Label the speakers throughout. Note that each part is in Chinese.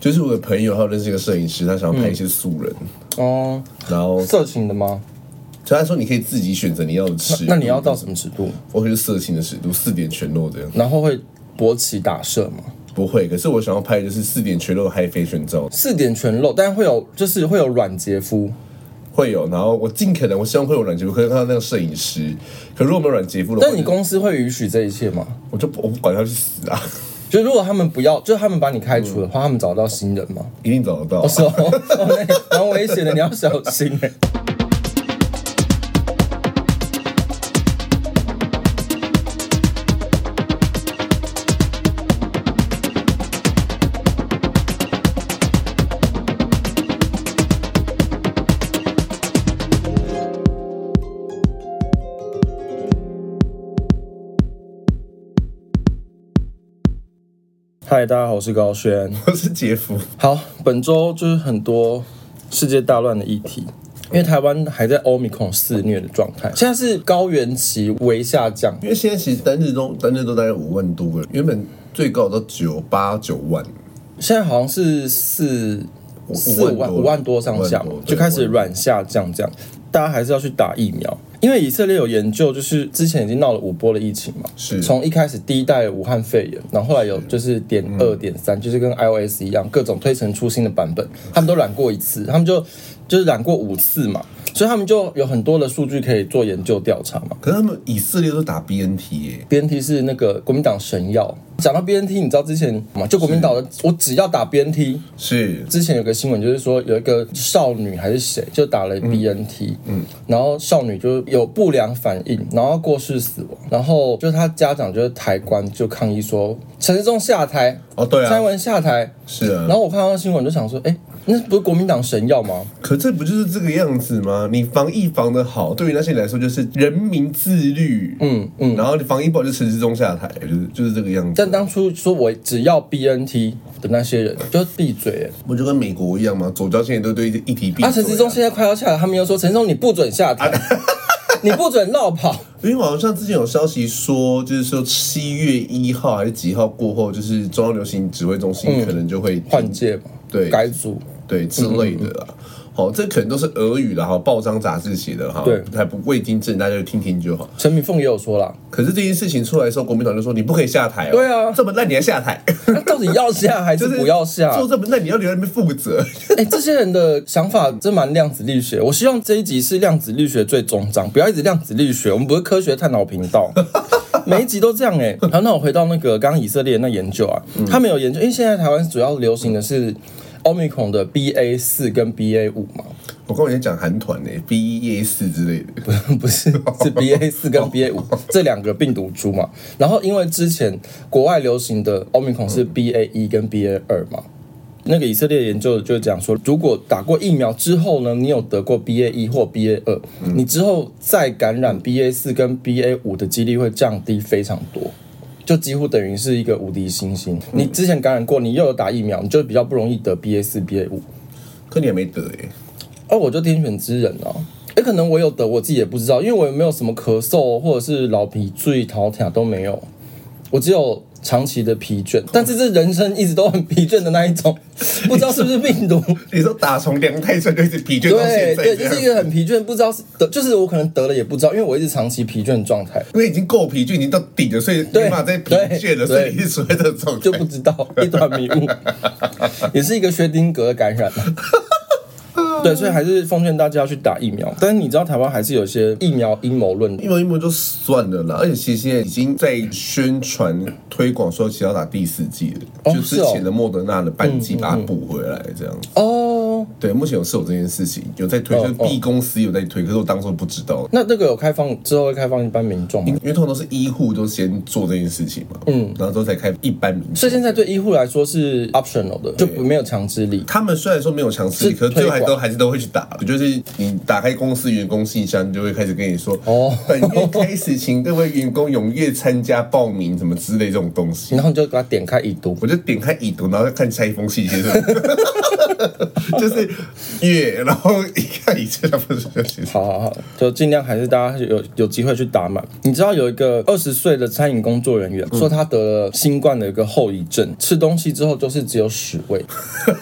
Speaker 1: 就是我的朋友，他有认识一个摄影师，他想要拍一些素人，
Speaker 2: 哦，
Speaker 1: 然后
Speaker 2: 色情的吗？
Speaker 1: 所以他说你可以自己选择你要的尺
Speaker 2: 那你要到什么尺度？
Speaker 1: 我可是色情的尺度，四点全露这样
Speaker 2: 然后会勃起打射吗？
Speaker 1: 不会。可是我想要拍的就是四点全露的嗨飞全照
Speaker 2: 四点全露，但会有就是会有软洁肤，
Speaker 1: 会有，然后我尽可能我希望会有软洁肤，可以看到那个摄影师。可如果没有软洁肤的话，
Speaker 2: 但你公司会允许这一切吗？
Speaker 1: 我就我不管他去死啊，
Speaker 2: 就如果他们不要，就是他们把你开除的话，他们找到新人吗？
Speaker 1: 一定找得到、
Speaker 2: 是哦，哦那蛮危险的，你要小心哎。嗨，大家好，我是高轩。
Speaker 1: 我是杰夫，
Speaker 2: 好，本周就是很多世界大乱的议题，因为台湾还在欧米孔肆虐的状态，现在是高原期微下降，
Speaker 1: 因为现在其实单日都单日都大概五万多个人，原本最高到九八九万，
Speaker 2: 现在好像是四
Speaker 1: 五
Speaker 2: 四
Speaker 1: 五万
Speaker 2: 万
Speaker 1: 多
Speaker 2: 五万多上下
Speaker 1: 五万
Speaker 2: 嘛
Speaker 1: 多，对
Speaker 2: 就开始软下降这样。大家还是要去打疫苗，因为以色列有研究，就是之前已经闹了五波的疫情嘛，
Speaker 1: 是
Speaker 2: 从一开始第一代的武汉肺炎，然后后来有就是点
Speaker 1: 嗯
Speaker 2: 二点三，就是跟 iOS 一样，各种推陈出新的版本，他们都染过一次，他们就就是染过五次嘛，所以他们就有很多的数据可以做研究调查嘛。
Speaker 1: 可是他们以色列都打 BNT 耶、
Speaker 2: BNT 是那个国民党神药。讲到 BNT，你知道之前嘛，就国民党的，我只要打 BNT，
Speaker 1: 是
Speaker 2: 之前有个新闻，就是说有一个少女还是谁，就打了 BNT，嗯，然后少女就有不良反应，然后过世死亡，然后就她家长就是抬棺就抗议说陈世忠下台，
Speaker 1: 哦对
Speaker 2: 蔡
Speaker 1: 啊，
Speaker 2: 英文下台，
Speaker 1: 是啊
Speaker 2: 然，后我看到新闻就想说，哎，那不是国民党神药吗？
Speaker 1: 可这不就是这个样子吗？你防疫防得好，对于那些人来说就是人民自律，嗯嗯，然后你防疫不好就陈时中下台，就是就是这个样子。
Speaker 2: 但当初说我只要 BNT 的那些人就闭嘴，
Speaker 1: 不就跟美国一样吗？左交现在都对议题闭嘴、
Speaker 2: 哎啊，陈世忠现在快要下台，他们又说陈世忠你不准下台，你不准绕跑。
Speaker 1: 因为好像之前有消息说，就是说七月一号还是几号过后，就是中央流行指挥中心可能就会停
Speaker 2: 嗯换届嘛，
Speaker 1: 对
Speaker 2: 改嗯组，
Speaker 1: 对之类的啦。好，这可能都是俄语的哈，报章杂志写的哈，
Speaker 2: 对
Speaker 1: 还不未经证，大家就听听就好。
Speaker 2: 陈敏凤也有说啦，
Speaker 1: 可是这件事情出来的时候，国民党就说你不可以下台、哦，
Speaker 2: 对啊
Speaker 1: 这么烂你还下 台，
Speaker 2: 那到底要下还是
Speaker 1: 就是
Speaker 2: 不要下？
Speaker 1: 做这么烂你要留在那边负责。
Speaker 2: 哎、这些人的想法真蛮量子力学。我希望这一集是量子力学最终章，不要一直量子力学，我们不是科学探讨频 道。每一集都这样哎、好，那我回到那个刚刚以色列那研究啊，
Speaker 1: 嗯
Speaker 2: 他们有研究，因为现在台湾主要流行的是 Omicron 的 BA 四跟 BA 五嘛，
Speaker 1: 我跟我以前讲韩团呢，B E A 四之类的，
Speaker 2: 不是是 BA 四跟 BA 五这两个病毒株嘛。然后因为之前国外流行的 Omicron 是 BA 一跟 BA 二嘛。那个以色列研究就讲说，如果打过疫苗之后呢，你有得过 BA 一或 BA 二、你之后再感染 BA 四跟 BA 五的几率会降低非常多，就几乎等于是一个无敌星星。你之前感染过，你又有打疫苗，你就比较不容易得 BA 四、BA 五。
Speaker 1: 可你还没得哎。
Speaker 2: 哦，我就天选之人哦。也可能我有得，我自己也不知道，因为我也没有什么咳嗽或者是老皮醉、头疼都没有，我只有长期的疲倦，但是这人生一直都很疲倦的那一种，不知道是不是病 毒。
Speaker 1: 你说打从梁太顺就一直疲倦到
Speaker 2: 对
Speaker 1: 现在这
Speaker 2: 对，就
Speaker 1: 样
Speaker 2: 是一个很疲倦，不知道是得，就是我可能得了也不知道，因为我一直长期疲倦的状态，
Speaker 1: 因为已经够疲倦，已经到底了，所以没
Speaker 2: 对
Speaker 1: 办法再疲倦了，
Speaker 2: 对
Speaker 1: 所以一直处在这种状态
Speaker 2: 就不知 道一团迷雾，也是一个薛丁格的感染。啊对，所以还是奉劝大家要去打疫苗。但是你知道台湾还是有一些疫苗阴谋论的，
Speaker 1: 一模一模就算了啦，而且其实现在已经在宣传推广说，其实要打第四季了，
Speaker 2: 哦
Speaker 1: 就之
Speaker 2: 是哦嗯
Speaker 1: 前的莫德纳的半季把它补回来这样子。
Speaker 2: 哦。
Speaker 1: 对，目前有是有这件事情，有在推，
Speaker 2: 哦
Speaker 1: 就是 B 公司有在推，可是我当初不知道，
Speaker 2: 那这个有开放之后会开放一般民众吗？
Speaker 1: 因为通常都是医护都先做这件事情嘛，嗯，然后之后才开一般民众
Speaker 2: 所以。现在对医护来说是 optional 的，就没有强制力。
Speaker 1: 他们虽然说没有强制力，
Speaker 2: 是
Speaker 1: 可是最后还
Speaker 2: 推
Speaker 1: 都
Speaker 2: 广
Speaker 1: 还是都会去打。就是你打开公司员工信箱，就会开始跟你说，
Speaker 2: 哦
Speaker 1: 本月开始，请各位员工踊跃参加报名，什么之类这种东西。
Speaker 2: 然后你就给他点开已读，
Speaker 1: 我就点开已读，然后再看下一封信先生，就是是月，然后一看一次，不是就其实
Speaker 2: 好好好，就尽量还是大家有有机会去打满。你知道有一个二十岁的餐饮工作人员说他得了新冠的一个后遗症，吃东西之后就是只有屎味。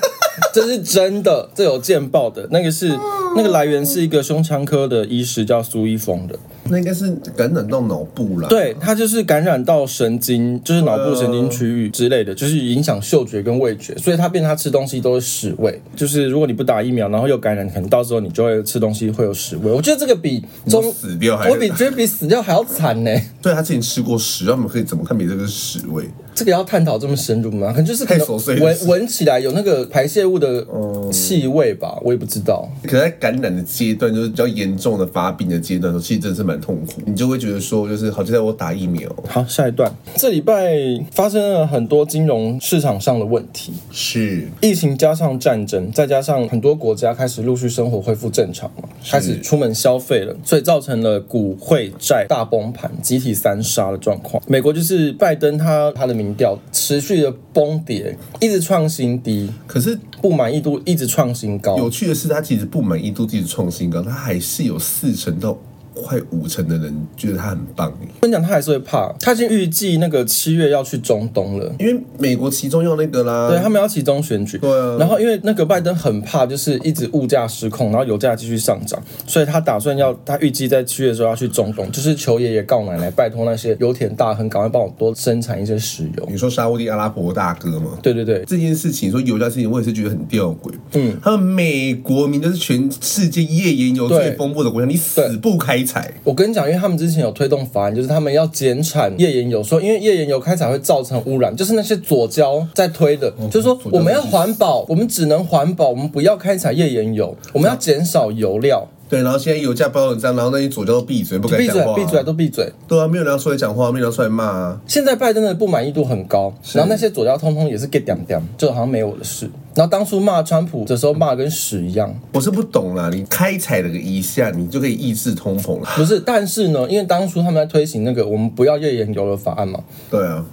Speaker 2: 这是真的，这有见报的。那个是那个来源是一个胸腔科的医师叫苏一峰的，
Speaker 1: 那应该是感染到脑部了。，
Speaker 2: 对他就是感染到神经，就是脑部神经区域之类的，就是影响嗅觉跟味觉，所以他变成他吃东西都是屎味。就是如果你不打疫苗，然后又感染，可能到时候你就会吃东西会有屎味。我觉得这个比中
Speaker 1: 死掉还
Speaker 2: 我比觉得比死掉还要惨呢、
Speaker 1: 对他之前吃过屎，他们可以怎么判别这个是屎味？
Speaker 2: 这个要探讨这么深入吗？可能就是可
Speaker 1: 太
Speaker 2: 能
Speaker 1: 琐碎了
Speaker 2: 闻闻起来有那个排泄物的气味吧，我也不知道。
Speaker 1: 可在感染的阶段，就是比较严重的发病的阶段的时候，其实真的是蛮痛苦。你就会觉得说，就是好，现在我打疫苗
Speaker 2: 好，下一段。这礼拜发生了很多金融市场上的问题，
Speaker 1: 是
Speaker 2: 疫情加上战争，再加上很多国家开始陆续生活恢复正常嘛，开始出门消费了，所以造成了股汇债大崩盘、集体三杀的状况。美国就是拜登他他的民调持续的崩跌，一直创新低，
Speaker 1: 可是
Speaker 2: 不满意度一直创新高。
Speaker 1: 有趣的是，他其实不满意度自己创新高，他还是有四成到快五成的人觉得他很棒耶
Speaker 2: 跟你讲，他还是会怕，他已经预计那个七月要去中东了。
Speaker 1: 因为美国其中用那个啦，
Speaker 2: 对他们要集中选举，
Speaker 1: 嗯对啊
Speaker 2: 然后因为那个拜登很怕，就是一直物价失控，然后油价继续上涨，所以他打算要，他预计在七月的时候要去中东，就是求爷爷告奶奶，拜托那些油田大亨赶快帮我多生产一些石油。
Speaker 1: 你说沙烏地阿拉伯大哥嘛，
Speaker 2: 对对对，
Speaker 1: 这件事情，说油价事情，我也是觉得很吊诡。嗯，他们美国明明就是全世界页岩油最
Speaker 2: 对
Speaker 1: 丰富的国家，你死
Speaker 2: 对
Speaker 1: 不开采，
Speaker 2: 我跟你讲，因为他们之前有推动法案，就是他们要减产页岩油，说因为页岩油开采会造成污染，就是那些左交在推的，就是说
Speaker 1: 哦左交
Speaker 2: 我们要
Speaker 1: 就是
Speaker 2: 环保，我们只能环保，我们不要开采页岩油，我们要减少油料。
Speaker 1: 对，然后现在油价飙成这样，然后那些左交都闭嘴，不敢
Speaker 2: 闭
Speaker 1: 讲
Speaker 2: 嘴
Speaker 1: 话，，
Speaker 2: 闭嘴，，都闭嘴！
Speaker 1: 对啊，没有人要出来讲话，没有人要出来骂啊。
Speaker 2: 现在拜登的不满意度很高，然后那些左交通通也是 get 点点，就好像没我的事。然后当初骂川普的时候骂得跟屎一样，
Speaker 1: 我是不懂啦，你开采了个一下，你就可以抑制通膨了。
Speaker 2: 不是？但是呢，因为当初他们在推行那个我们不要页岩油的法案嘛，
Speaker 1: 对啊，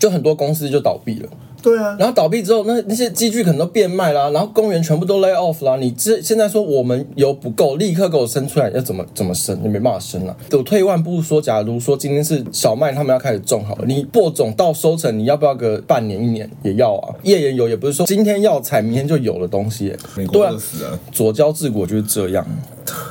Speaker 2: 就很多公司就倒闭了。
Speaker 1: 对啊，
Speaker 2: 然后倒闭之后，那那些机具可能都变卖啦，然后公园全部都 lay off 啦。你这现在说我们油不够，立刻给我生出来，要怎么怎么生？你没办法生了。我退一万步说，假如说今天是小麦，他们要开始种好了，你播种到收成，你要不要个半年一年也要啊？页岩油也不是说今天要采，明天就有的东西耶、
Speaker 1: 美
Speaker 2: 对
Speaker 1: 国
Speaker 2: 啊
Speaker 1: 饿，死啊！
Speaker 2: 左交治国就是这样，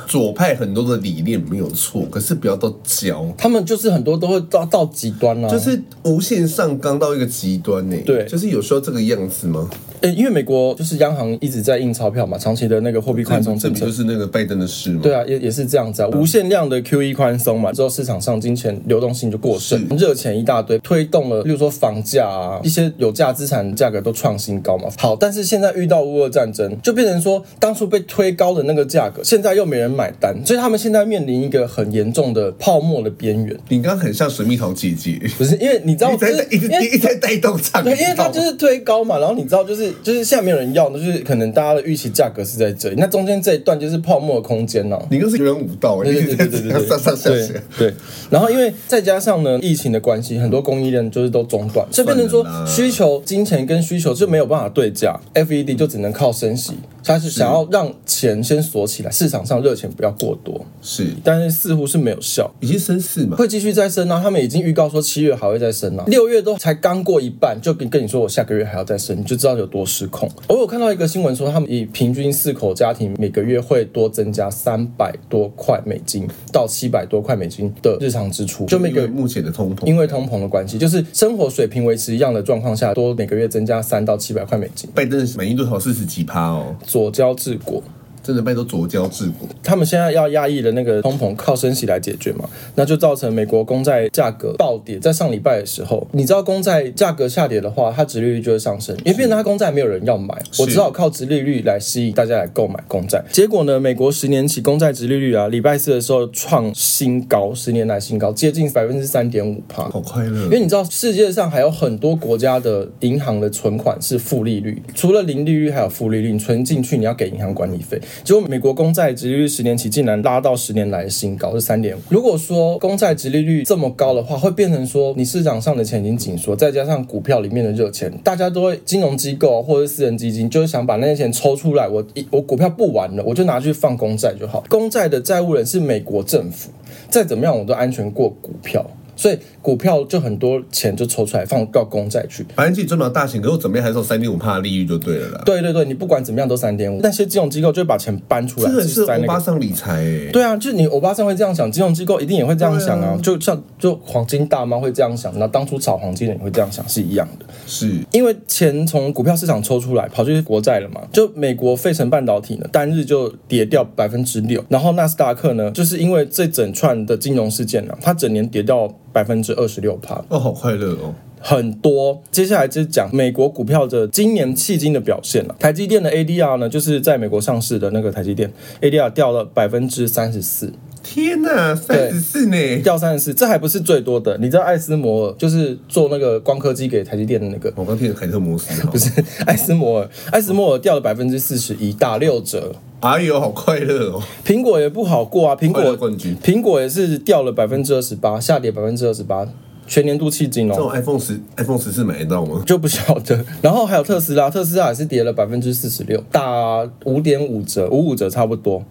Speaker 1: 左派很多的理念没有错，可是不要到焦，
Speaker 2: 他们就是很多都会到到极端啊啦、
Speaker 1: 就是无限上纲到一个极端呢、
Speaker 2: 对
Speaker 1: 就是有时候这个样子吗？
Speaker 2: 诶、因为美国就是央行一直在印钞票嘛，长期的那个货币宽松
Speaker 1: 这
Speaker 2: 政
Speaker 1: 不
Speaker 2: 策
Speaker 1: 就。是那个拜登的事吗？
Speaker 2: 对啊，也也是这样子啊，无限量的 QE 宽松嘛，之后市场上金钱流动性就过剩，热钱一大堆，推动了，例如说房价啊，一些有价资产价格都创新高嘛。好，但是现在遇到乌俄战争，就变成说当初被推高的那个价格，现在又没人买单，所以他们现在面临一个很严重的泡沫的边缘。
Speaker 1: 你刚刚很像水蜜桃姐姐，
Speaker 2: 不是因为你知道，
Speaker 1: 一直
Speaker 2: 哦就
Speaker 1: 在
Speaker 2: 是
Speaker 1: 一直
Speaker 2: 因为
Speaker 1: 一直在带动唱，
Speaker 2: 对，因为它
Speaker 1: 你知
Speaker 2: 就
Speaker 1: 道吗
Speaker 2: 是推高嘛，然后你知道，就是就是现在没有人要，就是可能大家的预期价格是在这里，那中间这一段就是泡沫的空间了、啊
Speaker 1: 你更是有人舞蹈，你
Speaker 2: 对对
Speaker 1: 一
Speaker 2: 对
Speaker 1: 直
Speaker 2: 对
Speaker 1: 在
Speaker 2: 对，
Speaker 1: 上上下下。
Speaker 2: 对对，然后因为再加上呢，疫情的关系，很多供应链就是都中断，所以变成说
Speaker 1: 算了啦
Speaker 2: 需求、金钱跟需求就没有办法对价，FED 就只能靠升息，它是想要让钱先锁起来，市场上热钱不要过多，
Speaker 1: 是
Speaker 2: 但是似乎是没有效。
Speaker 1: 已经升四嘛？
Speaker 2: 会继续再升啊！他们已经预告说七月还会再升啊，六月都才刚过一半，就跟跟你说我下个月还要再升，你就知道有多失控。我有看到一个新闻说，他们以平均四口家庭每个月会多增加三百多块美金到七百多块美金的日常支出，就每
Speaker 1: 因为
Speaker 2: 个。
Speaker 1: 目前的通膨，
Speaker 2: 因为通膨的关系，就是生活水平维持一样的状况下，多每个月增加三到七百块美金，
Speaker 1: 拜登的满意度好四十几趴哦，
Speaker 2: 左交治国。
Speaker 1: 真的拜登左交治国。
Speaker 2: 他们现在要压抑的那个通膨靠升息来解决嘛，那就造成美国公债价格暴跌。在上礼拜的时候，你知道公债价格下跌的话，它殖利率就会上升，因为变成它公债没有人要买，我只好靠殖利率来吸引大家来购买公债。结果呢，美国十年期公债殖利率啊，礼拜四的时候创新高，十年来新高，接近百分之三点五帕。
Speaker 1: 好快乐
Speaker 2: 因，为你知道，世界上还有很多国家的银行的存款是负利率，除了零利率还有负利率，你存进去你要给银行管理费，结果美国公债殖利率十年期竟然拉到十年来的新高，是三点五。如果说公债殖利率这么高的话，会变成说你市场上的钱已经紧缩，再加上股票里面的热钱，大家都会金融机构或者私人基金就是想把那些钱抽出来，我一我股票不玩了，我就拿去放公债就好。公债的债务人是美国政府，再怎么样我都安全过股票。所以股票就很多钱就抽出来放到公债去，
Speaker 1: 反正自己赚不了大钱，可是我怎么样还是有三点五帕的利率就对了啦。
Speaker 2: 对对对，你不管怎么样都三点五。那些金融机构就会把钱搬出来，
Speaker 1: 这个是
Speaker 2: 去塞那
Speaker 1: 欧
Speaker 2: 个
Speaker 1: 巴桑理财、欸，
Speaker 2: 对啊，就是你欧巴桑会这样想，金融机构一定也会这样想
Speaker 1: 嗯
Speaker 2: 啊。就像就黄金大妈会这样想，那当初炒黄金的也会这样想，是一样的。
Speaker 1: 是
Speaker 2: 因为钱从股票市场抽出来，跑去国债了嘛。就美国费城半导体呢，单日就跌掉百分之六，然后纳斯达克呢，就是因为这整串的金融事件啊，它整年跌掉百分之二十六趴。
Speaker 1: 哦，好快乐哦。
Speaker 2: 很多。接下来就是讲美国股票的今年迄今的表现了。台积电的 ADR 呢，就是在美国上市的那个台积电 ADR 掉了百分之三十四，
Speaker 1: 天哪，三十四呢？
Speaker 2: 掉三十四，这还不是最多的。你知道艾斯摩尔就是做那个光刻机给台积电的那个，
Speaker 1: 我刚听的凯特摩斯， 不
Speaker 2: 不，是艾斯摩尔，艾斯摩尔掉了百分之四十一，打六折。
Speaker 1: 哎呦，好快乐哦。
Speaker 2: 苹果也不好过啊，苹
Speaker 1: 快乐
Speaker 2: 果
Speaker 1: 冠军，
Speaker 2: 苹果也是掉了百分之二十八，下跌百分之二十八，全年度迄今哦
Speaker 1: 这。种 iPhone 十、iPhone 十四买得到吗？
Speaker 2: 就不晓得。 然后还有特斯拉，特斯拉也是跌了百分之四十六，打五点五折，五五折差不多。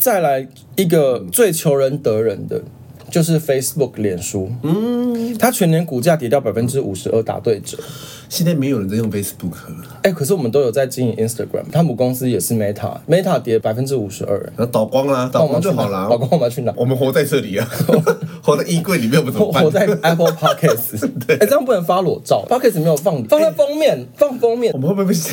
Speaker 2: 再来一个最求人得人的，就是 Facebook 脸书，嗯，它全年股价跌掉百分之五十二，打对折。
Speaker 1: 现在没有人在用 Facebook 了，
Speaker 2: 哎、可是我们都有在经营 Instagram，它母公司也是 Meta，Meta 跌百分之五十二，
Speaker 1: 然后倒光啦，倒光就好啦
Speaker 2: 老。公我们要去哪？
Speaker 1: 我们活在这里 啊，活在衣柜里面，我们怎么
Speaker 2: 我
Speaker 1: 办？
Speaker 2: 我在 Apple Podcast，哎、这样不能发裸照，Podcast 没有放，放在封面，放封面
Speaker 1: 我，们会不会被 吓？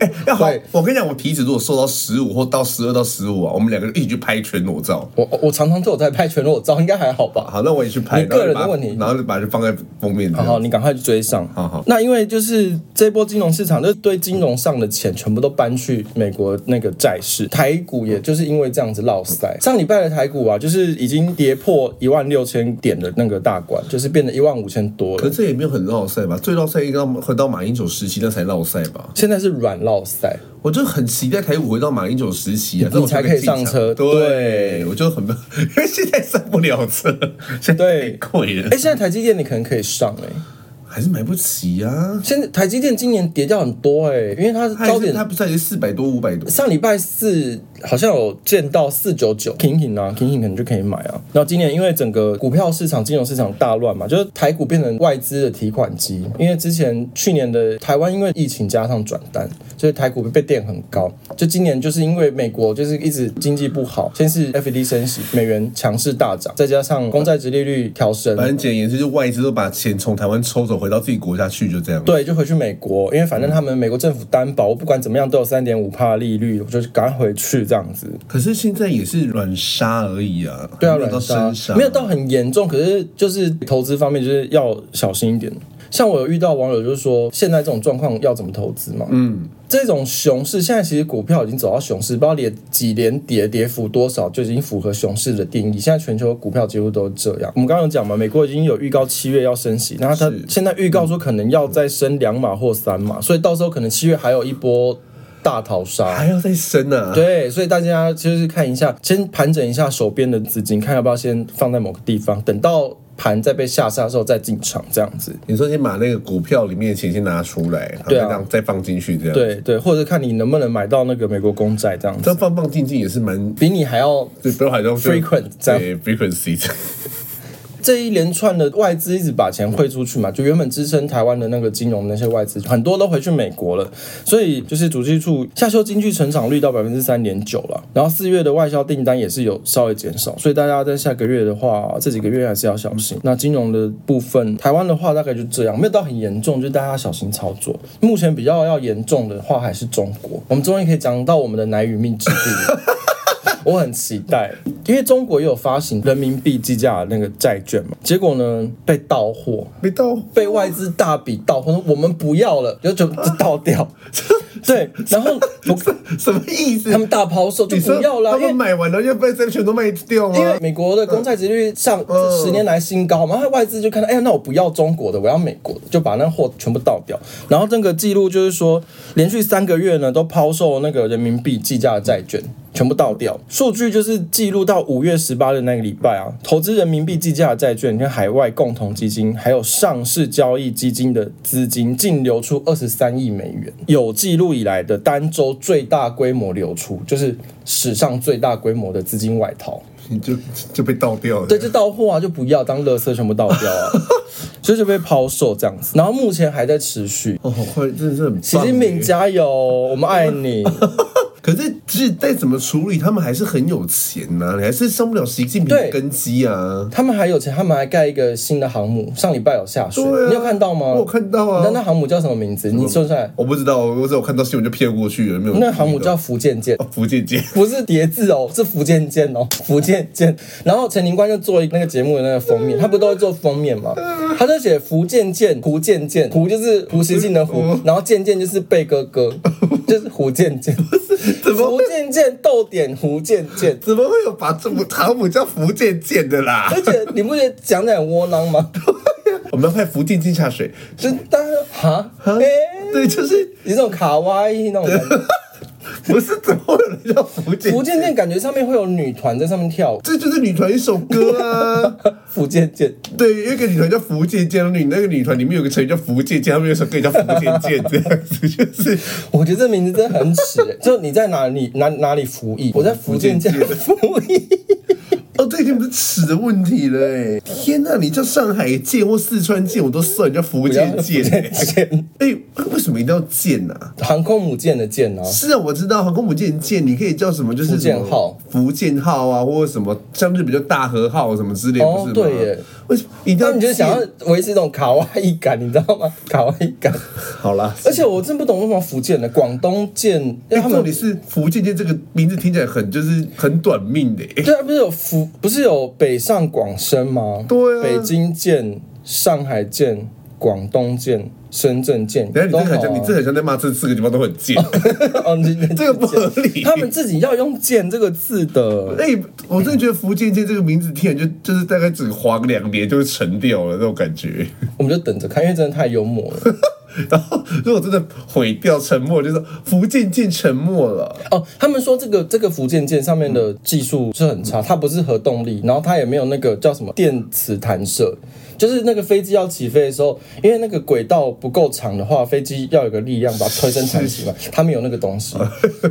Speaker 1: 哎、要好
Speaker 2: 会，
Speaker 1: 我跟你讲，我体脂如果瘦到十五或到十二到十五啊，我们两个一起去拍全裸照。
Speaker 2: 我我我常常都有在拍全裸照，应该还好吧？
Speaker 1: 好，那我也去拍，
Speaker 2: 你个人的
Speaker 1: 然后就把
Speaker 2: 问题
Speaker 1: 然后就把它放在封面这
Speaker 2: 好
Speaker 1: 样。
Speaker 2: 好，你赶快去追上。
Speaker 1: 好好
Speaker 2: 那因为就是这波金融市场，就是对金融上的钱全部都搬去美国那个债市，台股也就是因为这样子落塞。上礼拜的台股啊，就是已经跌破一万六千点的那个大关，就是变得一万五千多
Speaker 1: 可
Speaker 2: 了。
Speaker 1: 是这也没有很绕赛吧？最绕赛应该回到马英九时期那才绕赛吧？
Speaker 2: 现在是软落塞，
Speaker 1: 我就很期待台股回到马英九时期啊，
Speaker 2: 你
Speaker 1: 这种
Speaker 2: 才可以上车
Speaker 1: 对，我就很， 因为现在上不了车，现在太
Speaker 2: 对
Speaker 1: 贵了
Speaker 2: 哎、，现在台积电你可能可以上哎、
Speaker 1: 还是买不起啊。
Speaker 2: 现在台积电今年跌掉很多哎、因为它
Speaker 1: 它还
Speaker 2: 高
Speaker 1: 是
Speaker 2: 点
Speaker 1: 它不是还是四百多五百多？
Speaker 2: 上礼拜四好像有见到四九九，平平啊，平平可能就可以买啊。然后今年因为整个股票市场、金融市场大乱嘛，就是台股变成外资的提款机。因为之前去年的台湾因为疫情加上转单，所以台股被垫很高。就今年就是因为美国就是一直经济不好，先是 FED 升息，美元强势大涨，再加上公债殖利率调升，
Speaker 1: 反正简言之，就外资都把钱从台湾抽走，回到自己国家去，就这样。
Speaker 2: 对，就回去美国，因为反正他们美国政府担保，我不管怎么样都有三点五帕利率，我就赶快回去这样子。
Speaker 1: 可是现在也是软杀而已啊，
Speaker 2: 对啊，
Speaker 1: 还没有到
Speaker 2: 软杀
Speaker 1: 深杀，
Speaker 2: 没有到很严重，可是就是投资方面就是要小心一点。像我有遇到网友就是说，现在这种状况要怎么投资嘛？嗯，这种熊市现在其实股票已经走到熊市，不知道连几连跌，跌幅多少就已经符合熊市的定义。现在全球股票几乎都这样。我们刚刚有讲嘛，美国已经有预告七月要升息，那它
Speaker 1: 是
Speaker 2: 现在预告说可能要再升两码或三码，所以到时候可能七月还有一波大逃杀。
Speaker 1: 还要再深 啊。
Speaker 2: 对，所以大家就是看一下，先盘整一下手边的资金，看要不要先放在某个地方，等到盘再被下杀的时候再进场，这样子。
Speaker 1: 你说先把那个股票里面的钱先拿出来，然后
Speaker 2: 对
Speaker 1: 再
Speaker 2: 啊
Speaker 1: 让再放进去，这样。，
Speaker 2: 对对，或者看你能不能买到那个美国公债这样
Speaker 1: 这
Speaker 2: 子，
Speaker 1: 样放放进进也是蛮，
Speaker 2: 比你还要
Speaker 1: 对，不要好像就
Speaker 2: Frequent，这样
Speaker 1: 对 frequency，
Speaker 2: 这一连串的外资一直把钱汇出去嘛，就原本支撑台湾的那个金融那些外资，很多都回去美国了。所以就是主计处下修经济成长率到百分之三点九了，然后四月的外销订单也是有稍微减少，所以大家在下个月的话，这几个月还是要小心。那金融的部分，台湾的话大概就这样，没有到很严重，就大家小心操作。目前比较要严重的话还是中国，我们终于可以讲到我们的奶与蜜之地了。 我很期待，因为中国也有发行人民币计价的那个债券嘛，结果呢被到货，
Speaker 1: 没到
Speaker 2: 被外资大笔到货，说我们不要了，就就就倒掉。对，然后我
Speaker 1: 什么意思？
Speaker 2: 他们大抛售就
Speaker 1: 你说
Speaker 2: 不要啦，
Speaker 1: 他
Speaker 2: 因为
Speaker 1: 们买完了就被这全都卖掉啊吗？
Speaker 2: 因为美国的公债殖利率上
Speaker 1: 嗯
Speaker 2: 十年来新高嘛，他外资就看到，哎呀，那我不要中国的，我要美国的，就把那货全部倒掉。然后这个记录就是说，连续三个月呢都抛售那个人民币计价的债券，全部倒掉。数据就是记录到五月十八日那个礼拜啊，投资人民币计价的债券跟海外共同基金还有上市交易基金的资金净流出二十三亿美元，有记录以来的单周最大规模流出，就是史上最大规模的资金外逃。
Speaker 1: 你就就被倒掉了。
Speaker 2: 对，就到货啊，就不要当垃圾，全部倒 掉啊，所以就被抛售这样子。然后目前还在持续。
Speaker 1: 哦，好快，真的是很棒。
Speaker 2: 习近平，加油，我们爱你。
Speaker 1: 可是即使再怎么处理，他们还是很有钱呐、你还是上不了习近平的
Speaker 2: 对
Speaker 1: 根基啊。
Speaker 2: 他们还有钱，他们还盖一个新的航母，上礼拜有下水，
Speaker 1: 对啊
Speaker 2: 你有看到吗？
Speaker 1: 我有看到
Speaker 2: 你知道那
Speaker 1: 啊，
Speaker 2: 航母叫什么名字？你说出来。
Speaker 1: 我不知道，我只有看到新闻就骗过去了，没有注意到。
Speaker 2: 那航母叫福建舰。
Speaker 1: 哦福建舰，
Speaker 2: 不是叠字哦，是福建舰哦， 福建舰。然后陈宁官就做那个节目的那个封面，他不都会做封面吗？他就写福建舰、胡建舰，胡就是胡锡进的胡，然后建舰就是贝哥哥，就是胡建舰。
Speaker 1: 怎么
Speaker 2: 福建舰逗点胡建舰？
Speaker 1: 怎么会有把这航母叫福建 舰的啦？
Speaker 2: 而且你不觉得讲的很窝囊吗？
Speaker 1: 我们要派福建舰下水，
Speaker 2: 就大家说哈，哎，
Speaker 1: 对，就是
Speaker 2: 有一种卡哇伊那种感觉。
Speaker 1: 不是怎么会有人叫福建？
Speaker 2: 福建舰感觉上面会有女团在上面跳舞，
Speaker 1: 这就是女团一首歌 啊。
Speaker 2: 福建舰。
Speaker 1: 对，有一个女团叫福建舰，女那个女团里面有个成员叫福建舰，他们有一首歌也叫福建 舰，这样子就是
Speaker 2: 我觉得这名字真的很耻、 欸，就你在哪里哪哪里服役，我在福建这样服役，
Speaker 1: 哦，这已经不是尺的问题了哎！天呐，你叫上海舰或四川舰我都算，你叫福建舰哎、
Speaker 2: 舰，
Speaker 1: 哎为什么一定要舰呢、啊？
Speaker 2: 航空母舰的舰啊，
Speaker 1: 是啊，我知道航空母舰舰，你可以叫什么？就是
Speaker 2: 福建
Speaker 1: 什么
Speaker 2: 号、
Speaker 1: 福建号啊，或者什么像日本叫大和号啊什么之类，
Speaker 2: 哦
Speaker 1: 不是吗？
Speaker 2: 对耶，
Speaker 1: 为什么一定
Speaker 2: 那
Speaker 1: 要？
Speaker 2: 你就想要维持一种卡哇伊感，你知道吗？ 卡哇伊感，
Speaker 1: 好啦。
Speaker 2: 而且我真不懂为什么福建的广东舰，因为
Speaker 1: 哎
Speaker 2: 他
Speaker 1: 重
Speaker 2: 们
Speaker 1: 点是福建舰这个名字听起来很就是很短命 的、哎
Speaker 2: 对啊，不是有福，不是有北上广深吗？
Speaker 1: 对啊
Speaker 2: 北京舰、上海舰、广东舰、深圳舰，
Speaker 1: 等一下
Speaker 2: 都
Speaker 1: 你这很
Speaker 2: 好
Speaker 1: 像，你
Speaker 2: 啊
Speaker 1: 这很像在骂这四个地方都很贱，
Speaker 2: 哦你
Speaker 1: 这个不合理。
Speaker 2: 他们自己要用“舰”这个字的。
Speaker 1: 哎、我真的觉得福建舰这个名字听起来就就是大概只黄两年就会沉掉了那种感觉。
Speaker 2: 我们就等着看，因为真的太幽默了。
Speaker 1: 然后如果真的毁掉沉默，就是福建舰沉没了。
Speaker 2: 哦，他们说这个这个福建舰上面的技术是很差，它不是核动力，然后它也没有那个叫什么电磁弹射，就是那个飞机要起飞的时候，因为那个轨道不够长的话，飞机要有个力量把它推升弹起来，它没有那个东西，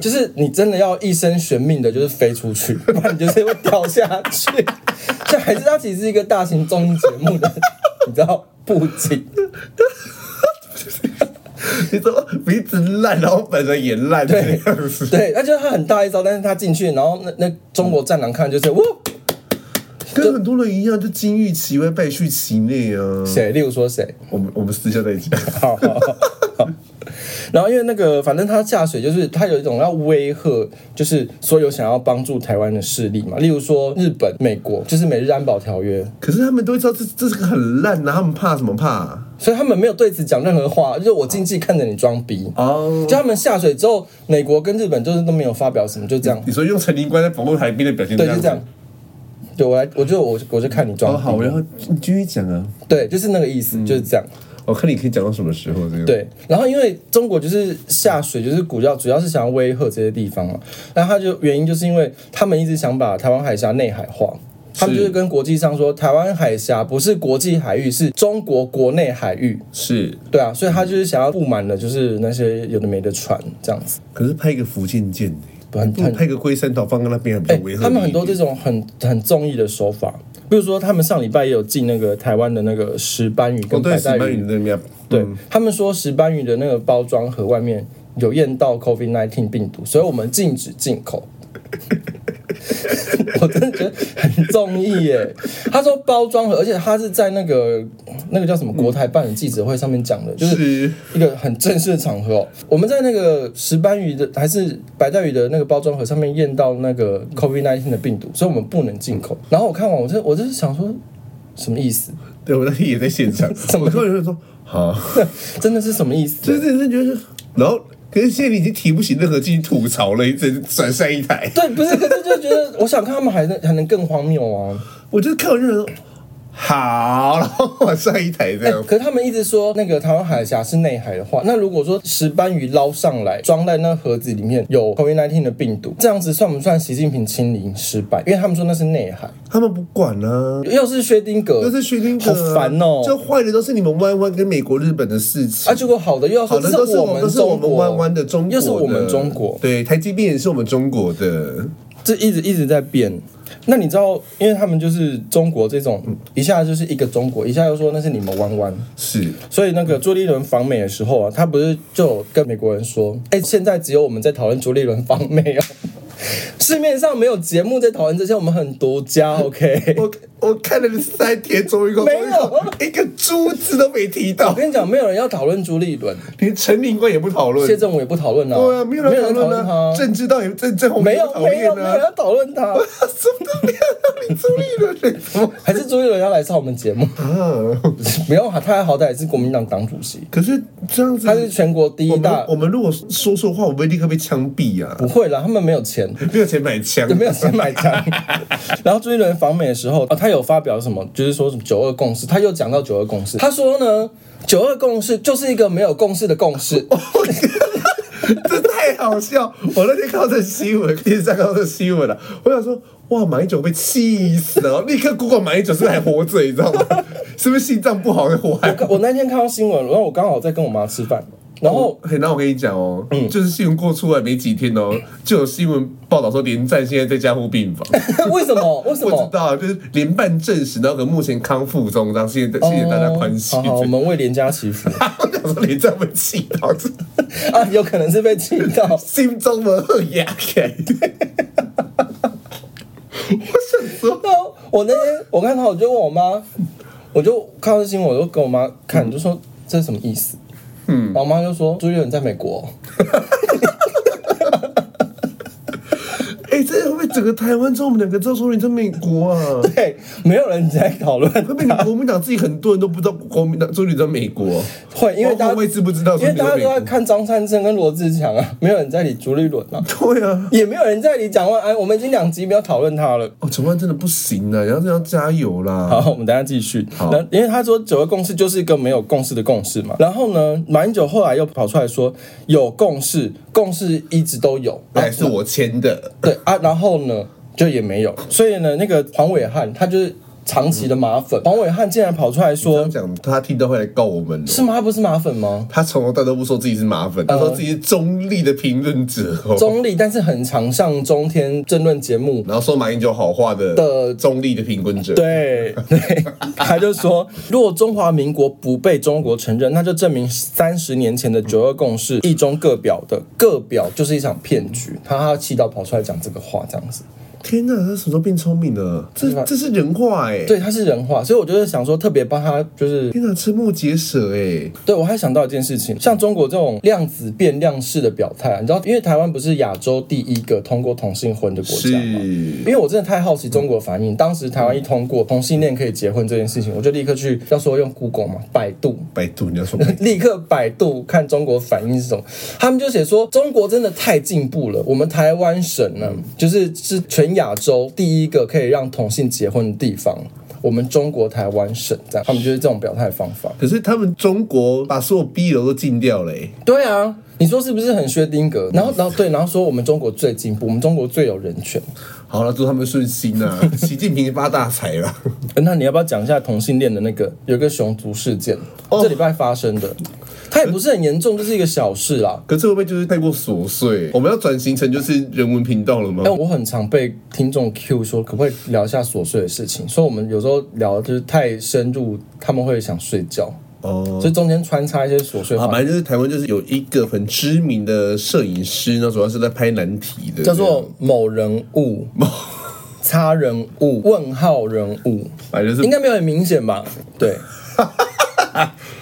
Speaker 2: 就是你真的要一生悬命的，就是飞出去，不然你就是会掉下去。 这还是它其实是一个大型综艺节目的， 你知道布景。
Speaker 1: 你怎么鼻子烂，然后本人也烂这
Speaker 2: 对
Speaker 1: 样子？
Speaker 2: 对，那就是他很大一招，但是他进去，然后那那中国战狼看就是哇，
Speaker 1: 跟很多人一样，就金玉其外，败絮其内啊。
Speaker 2: 谁？例如说谁？
Speaker 1: 我们我们私下再讲。
Speaker 2: 好好好。好然后因为那个，反正他下水就是他有一种要威吓，就是所有想要帮助台湾的势力嘛，例如说日本、美国，就是美日安保条约，
Speaker 1: 可是他们都会知道这这是个很烂的、他们怕什么怕啊？
Speaker 2: 所以他们没有对此讲任何话，就是我经济看着你装逼。
Speaker 1: 哦
Speaker 2: 就他们下水之后，美国跟日本就是都没有发表什么，就这样，
Speaker 1: 你说用陈林官在保护海滨的表现，
Speaker 2: 对，就这样。对我来，我就我我就看你装
Speaker 1: 嗯哦，
Speaker 2: 逼，
Speaker 1: 好，然后你继续讲啊。
Speaker 2: 对，就是那个意思，就是这样。
Speaker 1: 我看你可以讲到什么时候这个。
Speaker 2: 对，然后因为中国就是下水，就是股票主要是想要威吓这些地方嘛，然后他就原因就是因为他们一直想把台湾海峡内海化。他们
Speaker 1: 是
Speaker 2: 就是跟国际上说，台湾海峡不是国际海域，是中国国内海域，
Speaker 1: 是，
Speaker 2: 对啊，所以他就是想要布满了，就是那些有的没的船这样子，
Speaker 1: 可是拍一个福建舰的、
Speaker 2: 不很
Speaker 1: 不如
Speaker 2: 很
Speaker 1: 拍个龟山岛放在那边还啊比较哦违和、
Speaker 2: 哎他们很多这种很很综艺的手法，比如说他们上礼拜也有进那个台湾的那个石斑鱼
Speaker 1: 哦，
Speaker 2: 跟
Speaker 1: 对，
Speaker 2: 白
Speaker 1: 石
Speaker 2: 带
Speaker 1: 斑
Speaker 2: 鱼
Speaker 1: 鱼那边，
Speaker 2: 对、他们说，石斑鱼的那个包装盒外面有验到 COVID-19 病毒，所以我们禁止进口。 我真的觉得很中意耶！他说包装盒，而且他是在那个那个叫什么国台办的记者会上面讲的，就是
Speaker 1: 嗯是
Speaker 2: 一个很正式的场合哦。我们在那个石斑鱼的还是白带鱼的那个包装盒上面验到那个 COVID-19 的病毒，所以我们不能进口。然后我看完，我就我就是想说，什么意思？
Speaker 1: 对我那天 也在现场，
Speaker 2: 么
Speaker 1: 我突然就说，好，
Speaker 2: 真的是什么意思？
Speaker 1: 就是真的觉得，然后可是现在你已经提不起任何劲吐槽了，一直转晒一台。
Speaker 2: 对，不是，可是就觉得，我想看他们还能还能更荒谬 啊！
Speaker 1: 我就是看完就觉得好，然后往上一台这
Speaker 2: 哎、
Speaker 1: 样。
Speaker 2: 可是他们一直说那个台湾海峡是内海的话，那如果说石斑鱼捞上来，装在那盒子里面有 COVID-19 的病毒，这样子算不算习近平清零失败？因为他们说那是内海，
Speaker 1: 他们不管啊，
Speaker 2: 又是薛定谔，
Speaker 1: 都是薛啊定谔，
Speaker 2: 好烦哦、
Speaker 1: 这坏的都是你们弯弯跟美国、日本的事情
Speaker 2: 啊，。结果好的又要
Speaker 1: 好
Speaker 2: 说
Speaker 1: 的
Speaker 2: 这
Speaker 1: 都是
Speaker 2: 我
Speaker 1: 我们，
Speaker 2: 们
Speaker 1: 都是我
Speaker 2: 中
Speaker 1: 们
Speaker 2: 国，
Speaker 1: 弯弯的中国的，
Speaker 2: 又是我们中国，
Speaker 1: 对，台积电也是我们中国的，
Speaker 2: 这一直一直在变。那你知道，因为他们就是中国这种，嗯一下就是一个中国，一下又说那是你们弯弯，
Speaker 1: 是
Speaker 2: 所以那个朱立伦访美的时候啊，他不是就有跟美国人说，哎、现在只有我们在讨论朱立伦访美哦， 市面上没有节目在讨论这些，我们很独家，OK。
Speaker 1: 我我看了三天，终于够
Speaker 2: 没有
Speaker 1: 一个猪字都没提
Speaker 2: 我
Speaker 1: 到，
Speaker 2: 跟你讲，没有人要讨论朱立伦，
Speaker 1: 连陈林官也不讨论
Speaker 2: 谢。政委也不讨论啊，
Speaker 1: 对啊，没有人讨
Speaker 2: 讨
Speaker 1: 论啊，
Speaker 2: 他，
Speaker 1: 政治到底政政红
Speaker 2: 没
Speaker 1: 也
Speaker 2: 有
Speaker 1: 不讨
Speaker 2: 没有
Speaker 1: 厌
Speaker 2: 没有人
Speaker 1: 啊，
Speaker 2: 要讨论他，
Speaker 1: 什么都没有，你朱立伦什么
Speaker 2: 还是朱立伦要来上我们节目？
Speaker 1: 啊？
Speaker 2: 不用啊，他好歹也是国民党党主席，
Speaker 1: 可是这样子
Speaker 2: 他，是全国第
Speaker 1: 我
Speaker 2: 一
Speaker 1: 们
Speaker 2: 大，
Speaker 1: 我们如果说错话，我们会立刻被枪毙啊！
Speaker 2: 不会啦，他们没有钱。
Speaker 1: 没有钱买枪
Speaker 2: 有，没有先买枪？然后朱一伦访美的时候，啊，他有发表什么，就是说什么九二共识，他又讲到九二共识，他说呢，九二共识就是一个没有共识的共识，
Speaker 1: 这太好笑！我那天看到这新闻，电视上看到这新闻了、啊我想说，哇，马英九被气死了，立刻 Google 马英九是不是还活着，你知道吗？ 是不是心脏不好还活
Speaker 2: 我
Speaker 1: 还？
Speaker 2: 刚我那天看到新闻，然后我刚好在跟我妈吃饭，然后
Speaker 1: 嘿，那我跟你讲哦，
Speaker 2: 嗯
Speaker 1: 就是新闻过出来没几天哦，就有新闻报道说连战现在在加护病房，
Speaker 2: 为什么？为什
Speaker 1: 不知
Speaker 2: 么？
Speaker 1: 道就是连办证实，然后和目前康复中，然后谢谢谢谢大家关心。
Speaker 2: 哦好好，我们为廉家祈福
Speaker 1: 我想说连战被气到，这
Speaker 2: 啊，有可能是被气到。
Speaker 1: 心中的恶压开。 我想说。
Speaker 2: 对啊，我那天我看到我就问我妈，我就看到这新闻，我就跟我妈看，就说这是什么意思？嗯，然后我妈就说朱一伦在美国哦、
Speaker 1: 哎、这会不会整个台湾之后，我们两个知道说你在美国啊？
Speaker 2: 对，没有人在讨论，
Speaker 1: 会不会你国民党自己很多人都不知道国民 党说你在美国？
Speaker 2: 会因为大
Speaker 1: 我
Speaker 2: 家
Speaker 1: 也知不知道
Speaker 2: 因
Speaker 1: 说
Speaker 2: 为
Speaker 1: 你
Speaker 2: 大
Speaker 1: 在
Speaker 2: 家
Speaker 1: 美
Speaker 2: 都在
Speaker 1: 国？
Speaker 2: 看张三生跟罗志强啊，没有人在理朱立伦啊，
Speaker 1: 对啊，
Speaker 2: 也没有人在理蒋万安，我们已经两集没有讨论他了。
Speaker 1: 哦，陈冠真的不行啊了，然后这要加油啦！
Speaker 2: 好，我们等一下继续。
Speaker 1: 好
Speaker 2: 那因为他说九二共识就是一个没有共识的共识嘛。然后呢，马英九后来又跑出来说有共识，共识一直都有。啊
Speaker 1: 那也是我签的，
Speaker 2: 对啊，然后呢就也没有。所以呢，那个黄伟汉他就是长期的马粉，黄伟汉竟然跑出来
Speaker 1: 这
Speaker 2: 说
Speaker 1: 样讲他听到会来告我们
Speaker 2: 是
Speaker 1: 哦。
Speaker 2: 吗？他不是马粉吗？
Speaker 1: 他从头到尾都不说自己是马粉，他说自己是中立的评论者哦，
Speaker 2: 呃中立，但是很常上中天政论节目。
Speaker 1: 然后说马英九好话的
Speaker 2: 的
Speaker 1: 中立的评论者。
Speaker 2: 对，对，他就说，如果中华民国不被中国承认，那就证明三十年前的九二共识一中各表的各表就是一场骗局。他他气到跑出来讲这个话，这样子，
Speaker 1: 天哪，他什么时候变聪明了？这这是人话哎！
Speaker 2: 啊对，他是人话，所以我就是想说，特别帮他，就是
Speaker 1: 天哪，瞠目结舌哎！
Speaker 2: 对我还想到一件事情，像中国这种量子变量式的表态啊，你知道，因为台湾不是亚洲第一个通过同性婚的国家吗？
Speaker 1: 是
Speaker 2: 因为我真的太好奇中国的反应。当时台湾一通过同性恋可以结婚这件事情，我就立刻去要说用 Google 嘛，百度。
Speaker 1: 百度你要 说百度
Speaker 2: 立刻百度看中国反应是什么，他们就写说中国真的太进步了，我们台湾省呢，就是是全亚洲第一个可以让同性结婚的地方，我们中国台湾省这样，他们就是这种表态方法。
Speaker 1: 可是他们中国把所有 B 楼都禁掉了、欸，
Speaker 2: 对啊，你说是不是很薛丁格？然后，然后对，然后说我们中国最进步，我们中国最有人权。
Speaker 1: 好了，祝他们顺心呐、 习近平发大财了。
Speaker 2: 欸那你要不要讲一下同性恋的那个有一个熊族事件，
Speaker 1: 哦
Speaker 2: 这礼拜发生的？它也不是很严重，就是一个小事啦。
Speaker 1: 可是会不会就是太过琐碎？我们要转型成就是人文频道了吗
Speaker 2: 但？哎我很常被听众 Q 说，可不可以聊一下琐碎的事情？所以我们有时候聊得就是太深入，他们会想睡觉，
Speaker 1: 哦。
Speaker 2: 所以中间穿插一些琐碎
Speaker 1: 啊，
Speaker 2: 话，
Speaker 1: 反正就是台湾，就是有一个很知名的摄影师，那主要是在拍难题的，
Speaker 2: 叫做某人物、 某叉人物、问号人物，
Speaker 1: 反正就是
Speaker 2: 应该没有很明显吧？对，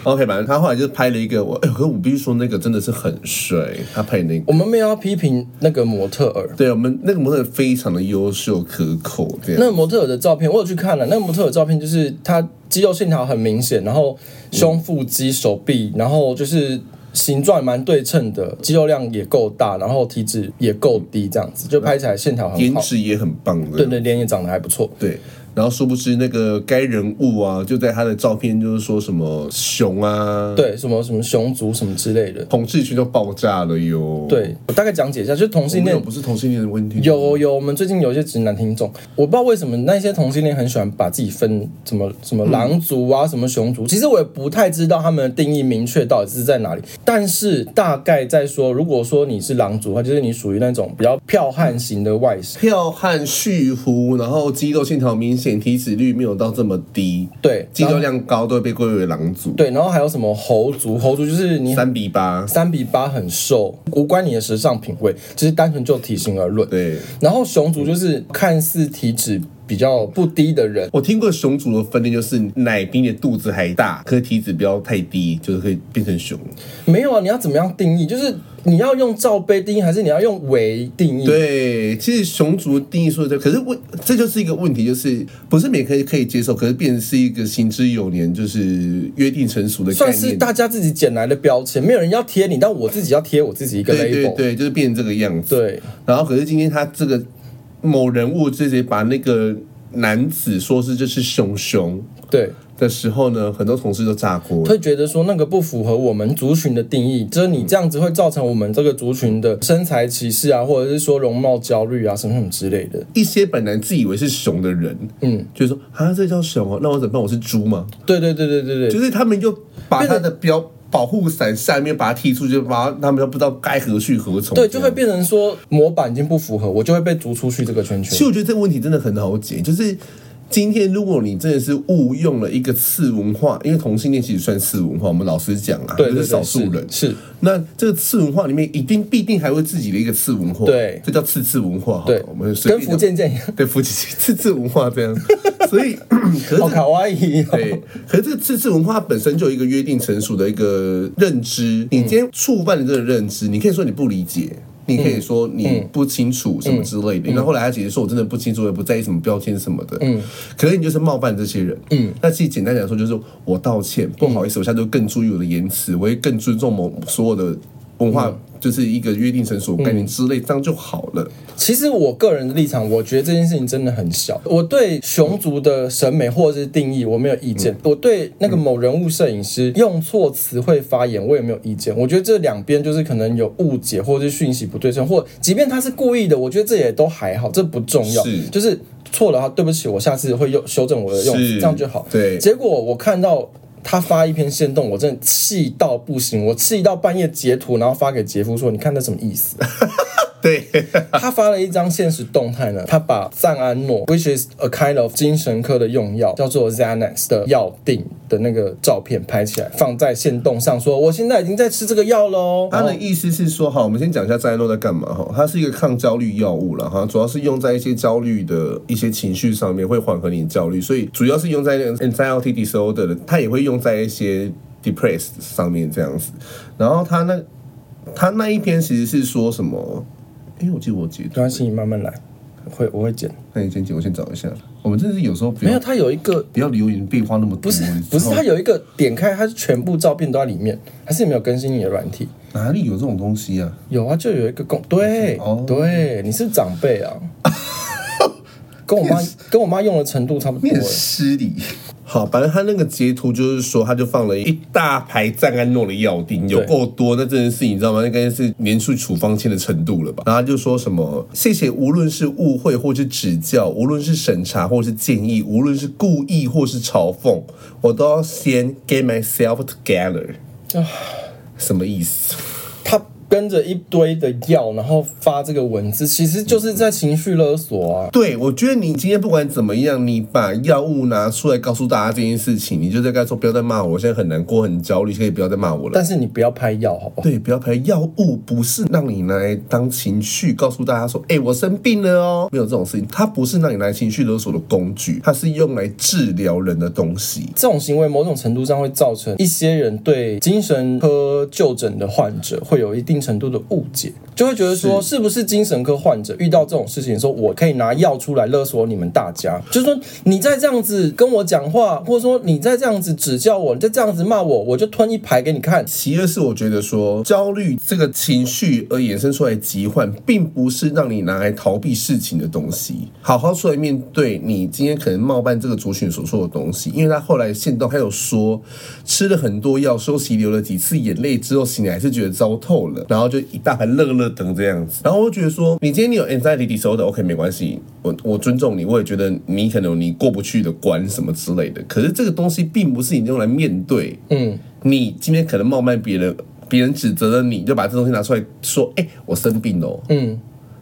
Speaker 1: OK，反正他后来就拍了一个，我哎、可是我必须说那个真的是很帅，他拍那个，
Speaker 2: 我们没有要批评那个模特儿，
Speaker 1: 对我们那个模特非常的优秀可口，这样
Speaker 2: 那个模特儿的照片，我有去看了。那个模特儿的照片
Speaker 1: 嗯
Speaker 2: 就是她肌肉线条很明显，然后胸、腹肌、手臂，然后就是形状也蛮对称的，肌肉量也够大，然后体脂也够低，这样子就拍起来线条很
Speaker 1: 颜
Speaker 2: 好。
Speaker 1: 值也很棒的，
Speaker 2: 对对，脸也长得还不错。
Speaker 1: 对。然后殊不知那个该人物啊，就在他的照片就是说什么熊啊，，
Speaker 2: 对，什么什么熊族什么之类的。
Speaker 1: 同志群都爆炸了哟。，
Speaker 2: 对，我大概讲解一下，就是同性
Speaker 1: 没
Speaker 2: 恋
Speaker 1: 有不是同性恋的问题，
Speaker 2: 有有，我们最近有一些直男听众，我不知道为什么那些同性恋很喜欢把自己分什么什么狼族啊，什么熊族，其实我也不太知道他们的定义明确到底是在哪里，但是大概在说，如果说你是狼族的话，就是你属于那种比较剽悍型的外形，
Speaker 1: 票悍蓄胡，然后肌肉线条明显，体脂率没有到这么低，
Speaker 2: 对，
Speaker 1: 肌肉
Speaker 2: 然后
Speaker 1: 量高都会被归为狼族，
Speaker 2: 对，然后还有什么猴族，猴族就是你
Speaker 1: 三比八，
Speaker 2: 三比八很瘦，无关你的时尚品味，只是单纯就体型而论。
Speaker 1: 对。
Speaker 2: 然后熊族就是看似体脂比较不低的人，
Speaker 1: 我听过熊族的分类就是奶比你的肚子还大，可是体脂不要太低，就是可以变成熊。
Speaker 2: 没有啊，你要怎么样定义？就是你要用罩杯定义，还是你要用围定义？，
Speaker 1: 对，其实熊族定义说的，可是问这就是一个问题，就是不是每个人可以接受，可是变成是一个行之有年，就是约定成熟的概
Speaker 2: 算
Speaker 1: 念。
Speaker 2: 是大家自己捡来的标签，没有人要贴你，但我自己要贴我自己一个
Speaker 1: 对对
Speaker 2: label。
Speaker 1: 对，就是变成这个样子。
Speaker 2: 对
Speaker 1: 然后可是今天他这个某人物直接把那个男子说是就是熊熊
Speaker 2: 对，
Speaker 1: 的时候呢，很多同事都炸锅了。
Speaker 2: 会觉得说那个不符合我们族群的定义，就是你这样子会造成我们这个族群的身材歧视啊，或者是说容貌焦虑啊，什么什么之类的。
Speaker 1: 一些本来自以为是熊的人，嗯，就说啊，这叫熊哦，那我怎么办？我是猪吗？
Speaker 2: 对对对对对
Speaker 1: 就
Speaker 2: 对。
Speaker 1: 是他们又把
Speaker 2: 变得
Speaker 1: 他的标保护伞下面把它剔出去，就把他他们都不知道该何去何从。
Speaker 2: 对，就会。变成说模板已经不符合，我就会被逐出去这个圈
Speaker 1: 其实
Speaker 2: 圈。
Speaker 1: 我觉得这个问题真的很好解，就是今天如果你真的是误用了一个次文化，因为同性恋其实算次文化，我们老实讲啊，
Speaker 2: 对，
Speaker 1: 就
Speaker 2: 对
Speaker 1: 是
Speaker 2: 对
Speaker 1: 少数人。
Speaker 2: 是是
Speaker 1: 那这个次文化里面，一定必定还会自己的一个次文化，
Speaker 2: 对
Speaker 1: 这叫次次文化。好了
Speaker 2: 对
Speaker 1: 哦我们，随
Speaker 2: 跟
Speaker 1: 便
Speaker 2: 福
Speaker 1: 讲
Speaker 2: 建建一样，
Speaker 1: 对福建次次文化这样，所以 可是
Speaker 2: 好卡哇伊哦。
Speaker 1: 对，可是这次次文化本身就有一个约定成熟的一个认知，你今天触犯了这个认知，你可以说你不理解。你可以说你不清楚什么之类的，然后后来他姐姐说我真的不清楚，我也不在意什么标签什么的，嗯，可是你就是冒犯这些人，嗯，那其实简单讲说就是我道歉，不好意思，我下次会更注意我的言辞，我会更尊重某所有的文化，就是一个约定成熟概念之类，这样就好了。
Speaker 2: 其实我个人的立场，我觉得这件事情真的很小。我对熊族的审美或者是定义，我没有意见。
Speaker 1: 嗯
Speaker 2: 我对那个某人物摄影师用错词汇发言，我也没有意见。我觉得这两边就是可能有误解，或者是讯息不对称，或即便他是故意的，我觉得这也都还好，这不重要。
Speaker 1: 是
Speaker 2: 就是错了，对不起，我下次会用修正我的用词，
Speaker 1: 是
Speaker 2: 这样就好。
Speaker 1: 对
Speaker 2: 结果我看到。他发一篇线动，我真的气到不行，我气到半夜截图，然后发给杰夫说：“你看那什么意思？”
Speaker 1: 对，
Speaker 2: 他发了一张现实动态呢，他把赞安诺，which is a kind of 精神科的用药，叫做 Xanax 的药定的那个照片拍起来，放在线动上说，我现在已经在吃这个药哦喽。
Speaker 1: 他
Speaker 2: 然后
Speaker 1: 的意思是说，好，我们先讲一下赞安诺在干嘛哈。它是一个抗焦虑药物了哈，主要是用在一些焦虑的一些情绪上面，会缓和你的焦虑，所以主要是用在 anxiety disorder 的，它也会用在一些 depressed 上面这样子。然后他那他那一篇其实是说什么？哎、我记得我截
Speaker 2: 没
Speaker 1: 图，
Speaker 2: 关系，你慢慢来，我会我会剪。
Speaker 1: 那你先截，我先找一下。我们真的是有时候不
Speaker 2: 没有，
Speaker 1: 要
Speaker 2: 他有一个
Speaker 1: 不要留言废话那么多，
Speaker 2: 不是
Speaker 1: 你知道
Speaker 2: 不是，他有一个点开，他是全部照片都在里面，还是你没有更新你的软体？
Speaker 1: 哪里有这种东西啊？
Speaker 2: 有啊，就有一个公对、
Speaker 1: 哦
Speaker 2: 对，你是长辈 啊，跟我妈跟我妈用的程度差不多、
Speaker 1: 面失礼。好，反正他那个截图就是说，他就放了一大排赞安诺的药锭，有够多，那真的是你知道吗？那应该是连续处方签的程度了吧？然后他就说什么谢谢，无论是误会或是指教，无论是审查或是建议，无论是故意或是嘲讽，我都要先 get myself together。
Speaker 2: 啊
Speaker 1: 什么意思？
Speaker 2: 他跟着一堆的药，然后发这个文字，其实就是在情绪勒索啊。
Speaker 1: 对，我觉得你今天不管怎么样，你把药物拿出来告诉大家这件事情，你就在该说不要再骂我，我现在很难过、很焦虑，可以不要再骂我了。
Speaker 2: 但是你不要拍药，好不好？
Speaker 1: 对，不要拍药物，不是让你拿来当情绪，告诉大家说，哎、我生病了哦，没有这种事情，它不是让你拿来情绪勒索的工具，它是用来治疗人的东西。
Speaker 2: 这种行为某种程度上会造成一些人对精神科就诊的患者会有一定程度的误解，就会觉得说，是不是精神科患者遇到这种事情的时候，我可以拿药出来勒索你们大家？就是说，你再这样子跟我讲话，或者说你再这样子指教我，你再这样子骂我，我就吞一排给你看。
Speaker 1: 其二是我觉得说，焦虑这个情绪而衍生出来的疾患，并不是让你拿来逃避事情的东西。好好出来面对你今天可能冒犯这个族群所说的东西，因为他后来现动还有说，吃了很多药，休息流了几次眼泪之后，醒来还是觉得糟透了，然后就一大盘乐乐等这样子。然后我就觉得说，你今天你有 anxiety disorder，OK、没关系，我我尊重你，我也觉得你可能有你过不去的关什么之类的。可是这个东西并不是你用来面对，嗯，你今天可能冒犯别人，别人指责了你，就把这东西拿出来说，哎、我生病了哦，
Speaker 2: 嗯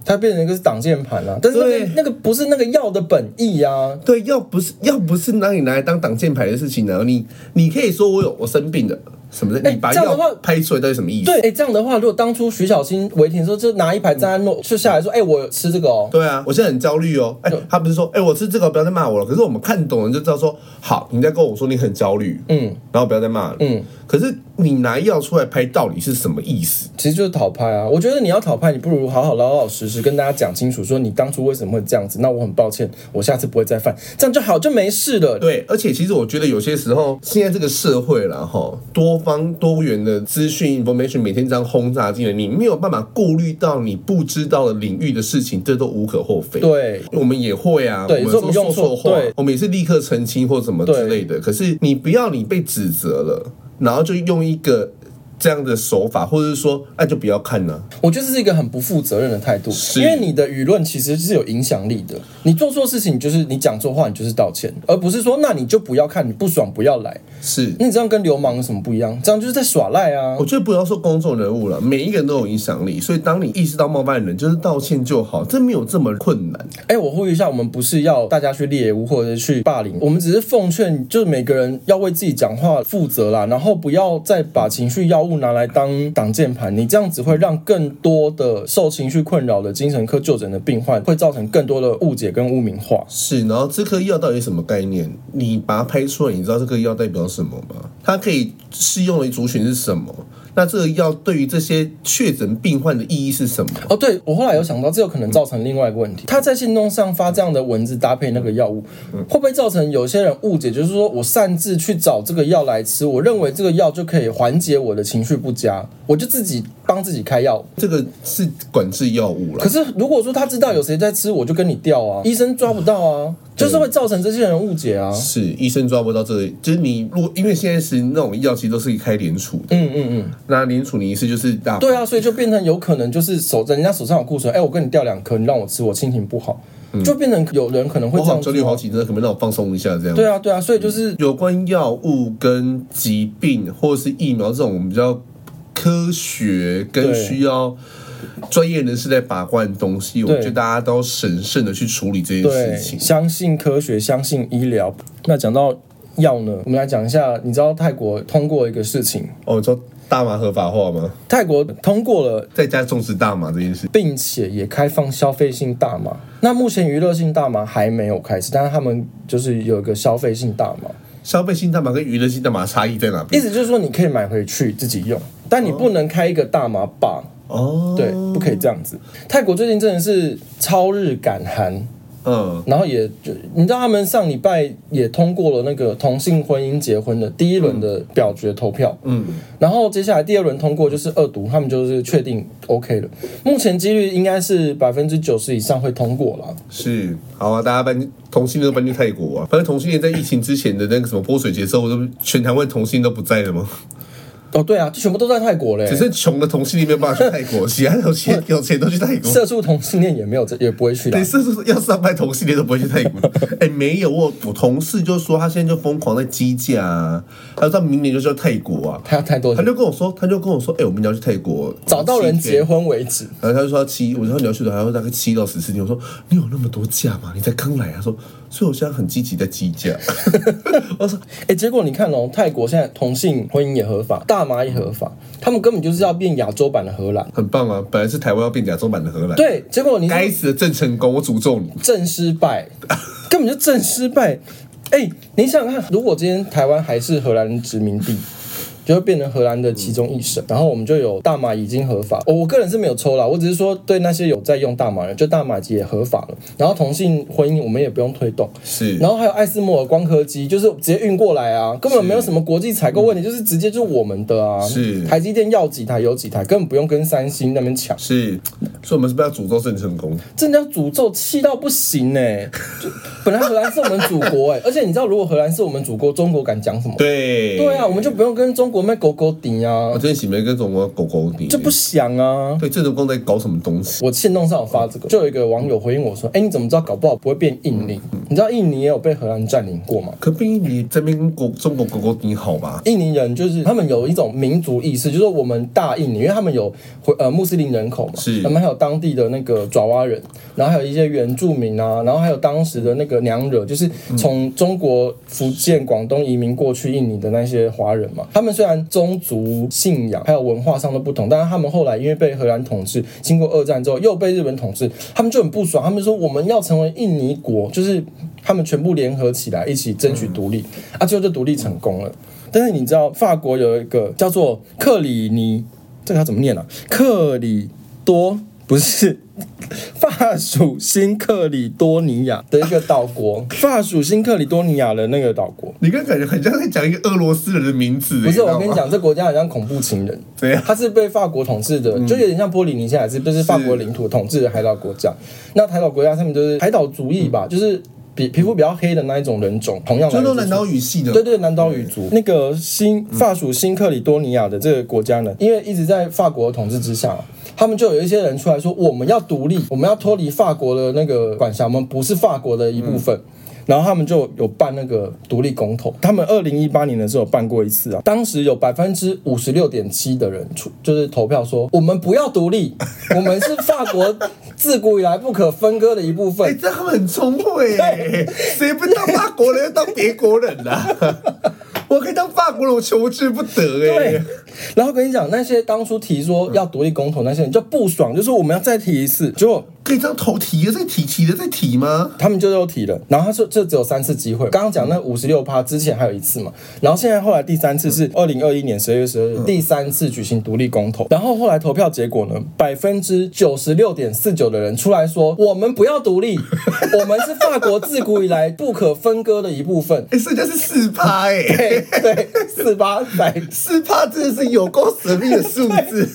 Speaker 2: 它变成一个是挡箭盘啦、但是那个
Speaker 1: 对
Speaker 2: 那个不是那个药的本意啊。
Speaker 1: 对，要不是要不是拿你拿来当挡箭牌的事情呢，你你可以说我有我生病了什么的，
Speaker 2: 哎
Speaker 1: 你把
Speaker 2: 这样的
Speaker 1: 药
Speaker 2: 话
Speaker 1: 拍出来到底什么意思？
Speaker 2: 对，哎、这样的话，如果当初徐小新违停说，就拿一排站在诺就下来说，哎、我有吃这个哦，
Speaker 1: 对啊，我现在很焦虑哦。哎、他不是说，哎、我吃这个不要再骂我了。可是我们看懂了就知道说，好，你在跟我说你很焦虑，嗯，然后不要再骂了，嗯。可是你拿药出来拍，到底是什么意思？
Speaker 2: 其实就是讨拍啊。我觉得你要讨拍，你不如好好老老实实跟大家讲清楚，说你当初为什么会这样子。那我很抱歉，我下次不会再犯，这样就好，就没事了。
Speaker 1: 对，而且其实我觉得有些时候，现在这个社会啦，哈，多方多元的资讯 information 每天这样轰炸进来，你没有办法顾虑到你不知道的领域的事情，这都无可厚非。
Speaker 2: 对
Speaker 1: 我们也会啊，
Speaker 2: 对
Speaker 1: 我们
Speaker 2: 说我们
Speaker 1: 说
Speaker 2: 用
Speaker 1: 错
Speaker 2: 错
Speaker 1: 话
Speaker 2: 对，
Speaker 1: 我们也是立刻澄清或什么之类的。可是你不要你被指责了，然后就用一个这样的手法，或者是说，那、就不要看了、
Speaker 2: 我觉得这是一个很不负责任的态度，
Speaker 1: 是
Speaker 2: 因为你的舆论其实是有影响力的。你做错事情，就是你讲错话，你就是道歉，而不是说那你就不要看，你不爽不要来。
Speaker 1: 是，
Speaker 2: 那你这样跟流氓有什么不一样？这样就是在耍赖啊
Speaker 1: 我！觉得不要说公众人物了，每一个人都有影响力，所以当你意识到冒犯人，就是道歉就好，这没有这么困难。
Speaker 2: 哎、我呼吁一下，我们不是要大家去猎物或者是去霸凌，我们只是奉劝，就是每个人要为自己讲话负责啦，然后不要再把情绪药物拿来当挡箭盘，你这样子会让更多的受情绪困扰的精神科就诊的病患，会造成更多的误解跟污名化。
Speaker 1: 是，然后这颗药到底什么概念？你把它拍出来，你知道这颗药代表什么吗？它可以适用的族群是什么？那这个药对于这些确诊病患的意义是什么？
Speaker 2: 哦，对我后来有想到，这有可能造成另外一个问题，他在行动上发这样的文字搭配那个药物，
Speaker 1: 嗯
Speaker 2: 会不会造成有些人误解，就是说我擅自去找这个药来吃，我认为这个药就可以缓解我的情绪不佳，我就自己帮自己开药。
Speaker 1: 这个是管制药物啦
Speaker 2: 可。是如果说他知道有谁在吃，我就跟你调啊，医生抓不到啊，就是会造成这些人误解啊。
Speaker 1: 是医生抓不到这个，就是你如果因为现在是那种药，其实都是开联储的，
Speaker 2: 嗯嗯嗯，
Speaker 1: 那联储你一次就是大，
Speaker 2: 对啊，所以就变成有可能就是手人家手上有库存，哎、我跟你调两颗，你让我吃，我心情不好，就变成有人可能会
Speaker 1: 嗯我
Speaker 2: 这样
Speaker 1: 好
Speaker 2: 做
Speaker 1: 焦虑好几针，可不可以让我放松一下这样？
Speaker 2: 对啊对啊，所以就是
Speaker 1: 有关药物跟疾病或是疫苗这种我们比较科学跟
Speaker 2: 对
Speaker 1: 需要专业人士来把关的东西，我
Speaker 2: 对
Speaker 1: 觉得大家都要审慎的去处理这件
Speaker 2: 对，
Speaker 1: 事情。
Speaker 2: 相信科学，相信医疗。那讲到药呢，我们来讲一下，你知道泰国通过一个事情，
Speaker 1: 哦，你说大麻合法化吗？
Speaker 2: 泰国通过了。
Speaker 1: 在家种植大麻这件事，
Speaker 2: 并且也开放消费性大麻。那目前娱乐性大麻还没有开始，但是他们就是有一个消费性大麻，
Speaker 1: 消费性大麻跟娱乐性大麻差异在哪
Speaker 2: 意
Speaker 1: 边？
Speaker 2: 思就是说你可以买回去自己用，但你不能开一个大麻吧，
Speaker 1: 哦，
Speaker 2: 对，不可以这样子。泰国最近真的是超日赶寒，
Speaker 1: 嗯，
Speaker 2: 然后也就你知道他们上礼拜也通过了那个同性婚姻结婚的第一轮的表决投票，嗯，然后接下来第二轮通过就是恶毒，他们就是确定 OK 了，目前几率应该是百分之九十以上会通过了。
Speaker 1: 是，好啊，大家搬同性恋都搬去泰国啊，反正同性恋在疫情之前的那个什么泼水节之后，都全台湾同性都不在了吗？
Speaker 2: 哦，对啊，这全部都在泰国嘞
Speaker 1: 只，是穷的同性恋没有办法去泰 国，其他有钱有钱都去泰国。
Speaker 2: 社畜同性恋也没有这也不会去的
Speaker 1: 你。是不是要上班同性恋都不会去泰国？ 哎、没有我，我同事就说他现在就疯狂在积价啊，他说他明年就是要泰国啊，
Speaker 2: 他太多
Speaker 1: 他，就跟我说，他就跟我说，哎、我明年要去泰国，
Speaker 2: 找到人结
Speaker 1: 婚。
Speaker 2: 婚为止。
Speaker 1: 然后他就说要七，我说你要去的还要大概七到十四天。我说你有那么多假吗？你才刚来啊？他说，所以我现在很积极在积假。我说
Speaker 2: 哎、结果你看哦，泰国现在同性婚姻也合法，大麻也合法，他们根本就是要变亚洲版的荷兰。
Speaker 1: 很棒啊，本来是台湾要变亚洲版的荷兰，，
Speaker 2: 对，结果你
Speaker 1: 该死的郑成功，我诅咒你。
Speaker 2: 正失败，根本就正失败。哎、你想想看，如果今天台湾还是荷兰殖民地，就会变成荷兰的其中一省。然后我们就有大麻已经合法，哦我我个人是没有抽啦，我只是说对那些有在用大麻的人，就大麻已经也合法了。然后同性婚姻我们也不用推动。
Speaker 1: 是
Speaker 2: 然后还有艾斯摩尔光刻机，就是直接运过来啊，根本没有什么国际采购问题，就是直接就是我们的啊。
Speaker 1: 是
Speaker 2: 台积电要几台有几台，根本不用跟三星那边抢。
Speaker 1: 是，所以我们是不是要诅咒郑成功？
Speaker 2: 真的要诅咒，气到不行呢、欸就本来荷兰是我们祖国哎、 而且你知道，如果荷兰是我们祖国，中国敢讲什么？
Speaker 1: 对
Speaker 2: 对啊，我们就不用跟中国卖狗狗顶啊
Speaker 1: 我，真的喜欢跟中国狗狗比，
Speaker 2: 就不想啊。
Speaker 1: 对郑成功在搞什么东西？
Speaker 2: 我线动上有发这个，就有一个网友回应我说：“哎、你怎么知道搞不好不会变印尼？你知道印尼也有被荷兰占领过吗？”
Speaker 1: 可比你这边跟狗中国狗狗比好吧？
Speaker 2: 印尼人就是他们有一种民族意识，就是我们大印尼，因为他们有回呃穆斯林人口嘛，
Speaker 1: 是
Speaker 2: 他们还有当地的那个爪哇人，然后还有一些原住民啊，然后还有当时的那个娘惹，就是从中国福建、广东移民过去印尼的那些华人嘛。他们虽然宗族、信仰还有文化上的不同，但是他们后来因为被荷兰统治，经过二战之后又被日本统治，他们就很不爽，他们说我们要成为印尼国，就是他们全部联合起来一起争取独立、啊，最后就独立成功了。但是你知道法国有一个叫做克里尼，这个要怎么念啊？克里多不是 法属新克里多尼亚的一个岛国，法属新克里多尼亚的那个岛国。
Speaker 1: 你刚感觉很像在讲一个俄罗斯人的名字，欸
Speaker 2: 不是，
Speaker 1: 知道
Speaker 2: 我
Speaker 1: 吗
Speaker 2: 跟你，讲，这国家很像恐怖情人。
Speaker 1: 怎样
Speaker 2: 它是被法国统治的，就有点像波利尼西亚，是就是法国领土统治的海岛国家。那海岛国家他们就是海岛族裔吧，就是比皮肤比较黑的那一种人种，同样来
Speaker 1: 就
Speaker 2: 自
Speaker 1: 都南岛语系的，
Speaker 2: 对对，南岛语族那个新法属新克里多尼亚的这个国家呢，因为一直在法国的统治之下，他们就有一些人出来说，我们要独立，我们要脱离法国的那个管辖，我们不是法国的一部分。然后他们就有办那个独立公投，他们二零一八年的时候有办过一次啊，当时有百分之五十六点七的人出就是投票说我们不要独立，我们是法国自古以来不可分割的一部分
Speaker 1: 哎、。这他们很聪慧哎，谁不当法国人要当别国人啦、 我可以当法国人，我求之不得哎、
Speaker 2: 对，然后跟你讲，那些当初提说要独立公投那些人就不爽，就说我们要再提一次，结果
Speaker 1: 可以这样投题的啊再提，提的再提吗？
Speaker 2: 他们就又提了。然后他说这只有三次机会，刚刚讲那五十六趴之前还有一次嘛，然后现在后来第三次是二零二一年十二月十二日第三次举行独立公投，然后后来投票结果呢，百分之九十六点四九的人出来说我们不要独立，我们是法国自古以来不可分割的一部分。
Speaker 1: 哎、剩下是四趴哎，
Speaker 2: 对对，四八百
Speaker 1: 四趴真的是有够神秘的数 字，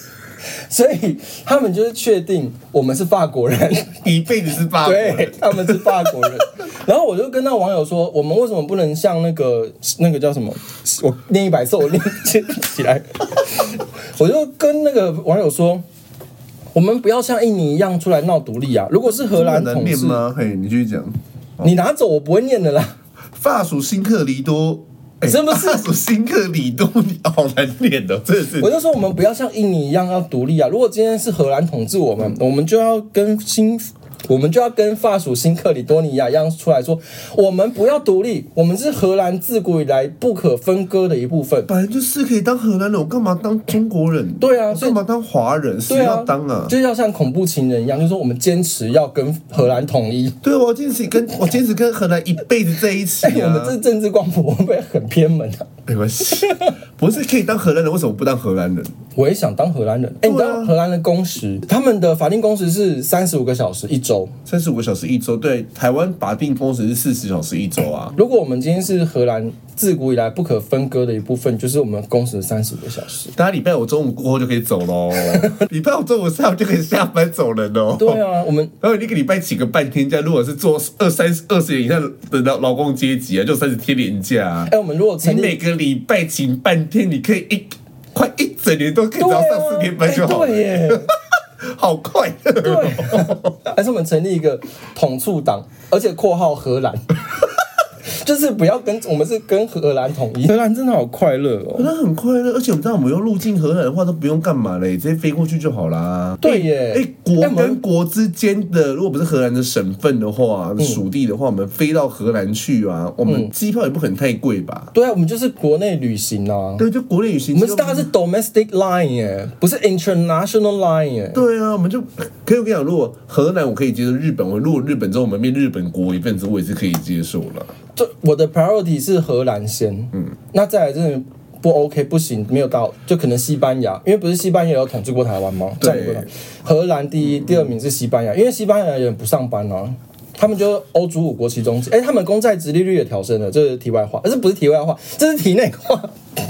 Speaker 2: 所以他们就是确定我们是法国人，
Speaker 1: 一辈子是法国
Speaker 2: 对
Speaker 1: 人，，
Speaker 2: 他们是法国 人。然后我就跟那网友说，我们为什么不能像那个那个叫什么？我念一百次，我念起起来。我就跟那个网友说，我们不要像印尼一样出来闹独立啊！如果是荷兰
Speaker 1: 很难
Speaker 2: 统
Speaker 1: 念
Speaker 2: 治，
Speaker 1: 吗？嘿，你继续讲。
Speaker 2: 你拿走我不会念的啦。
Speaker 1: 法属新克里多，哎
Speaker 2: 是不是
Speaker 1: 法属新克里多？你好难念的，真的是
Speaker 2: 我。就说我们不要像印尼一样要独立啊！如果今天是荷兰统治我们，
Speaker 1: 嗯
Speaker 2: 我们就要跟新，我们就要跟法属新克里多尼亚一样出来说，我们不要独立，我们是荷兰自古以来不可分割的一部分。
Speaker 1: 本来就是可以当荷兰人，我干嘛当中国人？
Speaker 2: 对啊
Speaker 1: 我干嘛当华人？谁
Speaker 2: 对啊
Speaker 1: 要，当啊？
Speaker 2: 就是要像恐怖情人一样，就是说我们坚持要跟荷兰统一。
Speaker 1: 对，啊我要坚持跟我坚持跟荷兰一辈子在一起
Speaker 2: 哎、 我
Speaker 1: 啊
Speaker 2: 们。这政治光谱会不会很偏门啊？
Speaker 1: 没关系，不是可以当荷兰人，为什么不当荷兰人？
Speaker 2: 我也想当荷兰人。哎、你知
Speaker 1: 对
Speaker 2: 道
Speaker 1: 啊
Speaker 2: 荷兰的工时，他们的法定工时是三十五个小时一周，
Speaker 1: 三十五个小时一周，对，台湾法定工时是四十小时一周啊。
Speaker 2: 如果我们今天是荷兰自古以来不可分割的一部分，就是我们工时三十个小时。
Speaker 1: 大家礼拜五中午过后就可以走喽，礼拜五中午上午就可以下班走人喽。
Speaker 2: 对啊，我们
Speaker 1: 然后一个礼拜请个半天假，如果是做二三十二十年以上的劳劳工阶级啊，就三十天年假、啊
Speaker 2: 哎、。我们如果
Speaker 1: 你
Speaker 2: 成立
Speaker 1: 每个礼拜请半天，你可以一快一整年都可以只
Speaker 2: 啊
Speaker 1: 要上四天班就好了，
Speaker 2: 对耶，
Speaker 1: 好快。
Speaker 2: 哎对， 还是我们成立一个统促党，而且括号荷兰， 就是不要跟我们是跟荷兰统一。荷兰真的好快乐哦。
Speaker 1: 那很快乐，而且我们知道我们要入境荷兰的话都不用干嘛嘞，直接飞过去就好啦。
Speaker 2: 对耶
Speaker 1: 哎、
Speaker 2: 哎
Speaker 1: 国
Speaker 2: 我们
Speaker 1: 跟国之间的，如果不是荷兰的省份的话，
Speaker 2: 嗯
Speaker 1: 属地的话，我们飞到荷兰去啊，我们机票也不可能太贵吧？
Speaker 2: 对啊，我们就是国内旅行啊。
Speaker 1: 对，就国内旅行，
Speaker 2: 我们是大家是 domestic line 耶，不是 international line 耶。
Speaker 1: 对啊，我们就可以我跟你讲，如果荷兰我可以接受，日本我如果日本之后我们变日本国一份子，我也是可以接受了。
Speaker 2: 就我的 priority 是荷兰先，嗯，那再来真的不 OK，不行，没有到，就可能西班牙，因为不是西班牙有统治过台湾吗？
Speaker 1: 对
Speaker 2: 占领过台湾荷兰第一，第二名是西班牙，因为西班牙人不上班啊。他们就是欧洲五国其中之，哎、他们公债殖利率也调升了，这是题外话，呃这不是题外话，这是题内话。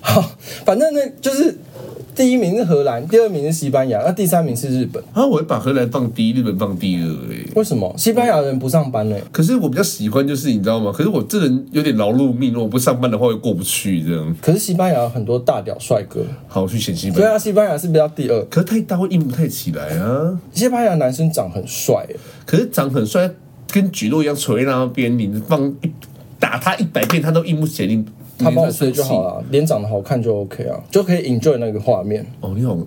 Speaker 2: 好，反正呢，就是第一名是荷兰，第二名是西班牙，那第三名是日本。
Speaker 1: 啊，我会把荷兰放第一，日本放第二、欸，
Speaker 2: 为什么西班牙人不上班呢？
Speaker 1: 可是我比较喜欢就是你知道吗？可是我这人有点劳碌命，如果不上班的话又过不去这样。
Speaker 2: 可是西班牙有很多大屌帅哥，
Speaker 1: 好，我去选西班
Speaker 2: 对
Speaker 1: 牙。
Speaker 2: 啊，西班牙是比较第二。
Speaker 1: 可是太大会硬不太起来啊。
Speaker 2: 西班牙男生长很帅、欸，
Speaker 1: 可是长很帅，跟菊落一样垂那边，你放一打他一百遍，他都硬不起来。你
Speaker 2: 他帮我吹就好。了，脸长得好看就 OK 啊，就可以 enjoy 那个画面。
Speaker 1: 你很生气哦，你好，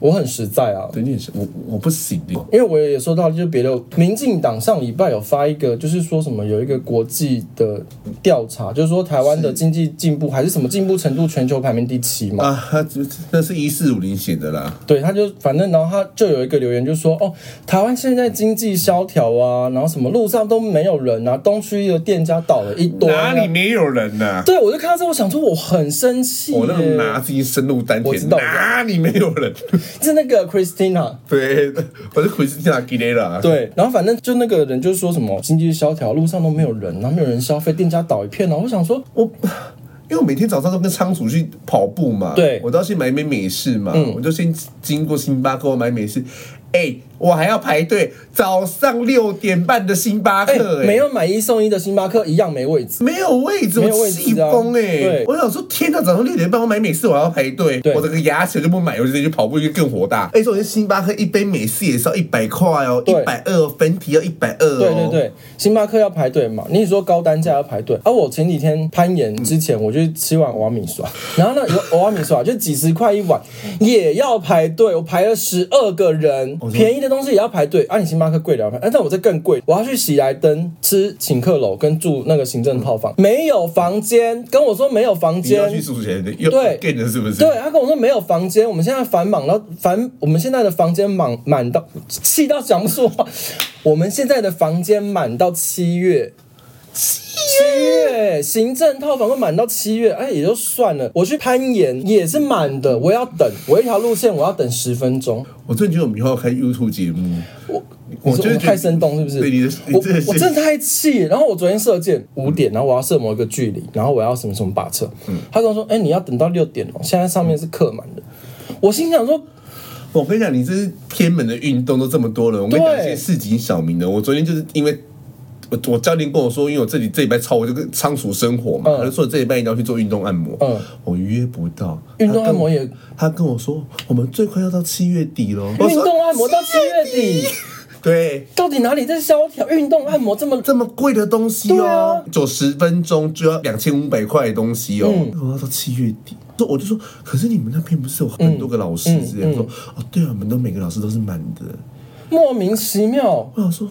Speaker 2: 我很实在啊，
Speaker 1: 对你很生我我不行的。
Speaker 2: 因为我也收到，就是别的民进党上礼拜有发一个，就是说什么有一个国际的调查，就是说台湾的经济进步还是什么进步程度，全球排名第七嘛。
Speaker 1: 啊，他那是一四五零写的啦，
Speaker 2: 对，他就反正，然后他就有一个留言就说，哦，台湾现在经济萧条啊，然后什么路上都没有人啊，东区的店家倒了一堆、啊
Speaker 1: 哪里？没有人啊呐、
Speaker 2: 对，我就看到这，我想说我很生气耶。
Speaker 1: 我哦那种拿自己深入丹
Speaker 2: 我知
Speaker 1: 田，
Speaker 2: 道我知道
Speaker 1: 哪里没有人？
Speaker 2: 是那个 Christina，
Speaker 1: 对，我是奎斯蒂娜·基雷拉。
Speaker 2: 对，然后反正就那个人就说什么经济萧条，路上都没有人，然后没有人消费，店家倒一片然后我想说，
Speaker 1: 我因为我每天早上都跟仓鼠去跑步嘛，
Speaker 2: 对嗯
Speaker 1: 我都要去买一杯美式嘛，我就先经过星巴克我买美式，哎、我还要排队，早上六点半的星巴克、
Speaker 2: 哎、
Speaker 1: 哎、
Speaker 2: 没有买一送一的星巴克一样没位置。
Speaker 1: 没有位置，
Speaker 2: 没
Speaker 1: 我
Speaker 2: 有位置啊
Speaker 1: 气疯哎！
Speaker 2: 对
Speaker 1: 我想说，天哪，早上六点半我买美式，我还要排队
Speaker 2: 对，
Speaker 1: 我整个牙齿就不买，我就直接去跑步，就更火大。哎，说我星巴克一杯美式也是要一百块哦，
Speaker 2: 对
Speaker 1: 一百二，粉体要一百二哦。
Speaker 2: 对对对，星巴克要排队嘛？你说高单价要排队，而、啊我前几天攀岩之前，我去吃碗瓦米刷，然后呢，有瓦米刷就几十块一碗，也要排队，我排了十二个人，
Speaker 1: 哦
Speaker 2: 便宜的东西也要排队，啊，你星巴克贵两百，啊，但我这更贵，我要去喜来登吃请客楼跟住那个行政套房，没有房间，跟我说没有房
Speaker 1: 嗯你要
Speaker 2: 间，
Speaker 1: 去数钱的，又
Speaker 2: 对
Speaker 1: g 了是不是？
Speaker 2: 对他跟我说没有房间，我们现在繁忙到繁，我们现在的房间满满到气到讲不出话。 我们现在的房间满到七月，七月行政套房会满到七月，哎也就算了。我去攀岩也是满的，我要等，我一条路线我要等十分钟。
Speaker 1: 我真的觉得我们以后要开 YouTube 节目，
Speaker 2: 我
Speaker 1: 我
Speaker 2: 你说
Speaker 1: 就是
Speaker 2: 我
Speaker 1: 觉得
Speaker 2: 太生动，是不是？
Speaker 1: 对你的你
Speaker 2: 我
Speaker 1: 真的是
Speaker 2: 我真的太气。然后我昨天射箭五点，然后我要射某一个距离，然后我要什么什么靶车。
Speaker 1: 嗯
Speaker 2: 他跟我说：“哎、你要等到六点哦，现在上面是客满的。”我心想说
Speaker 1: 我跟你讲，你这是偏门的运动都这么多人，我跟你讲
Speaker 2: 对
Speaker 1: 一些市井小民的。我昨天就是因为我我教练跟我说，因为我这里这礼拜超我这个仓鼠生活嘛，
Speaker 2: 嗯
Speaker 1: 他就说这礼拜一定要去做运动按摩。
Speaker 2: 嗯
Speaker 1: 我约不到
Speaker 2: 运动按摩也，
Speaker 1: 他跟我说我们最快要到七月底喽。我
Speaker 2: 运
Speaker 1: 说
Speaker 2: 动按摩到七月底，
Speaker 1: 对。
Speaker 2: 到底哪里在萧条？运动按摩这么
Speaker 1: 这么贵的东西
Speaker 2: 对
Speaker 1: 哦
Speaker 2: 啊，
Speaker 1: 九十、分钟就要两千五百块的东西哦，
Speaker 2: 嗯
Speaker 1: 我要到七月底。所以我就说，可是你们那边不是有很多个老师
Speaker 2: 嗯
Speaker 1: 之类的？说哦，对啊，我们都每个老师都是满的。
Speaker 2: 莫名其妙？
Speaker 1: 我想说，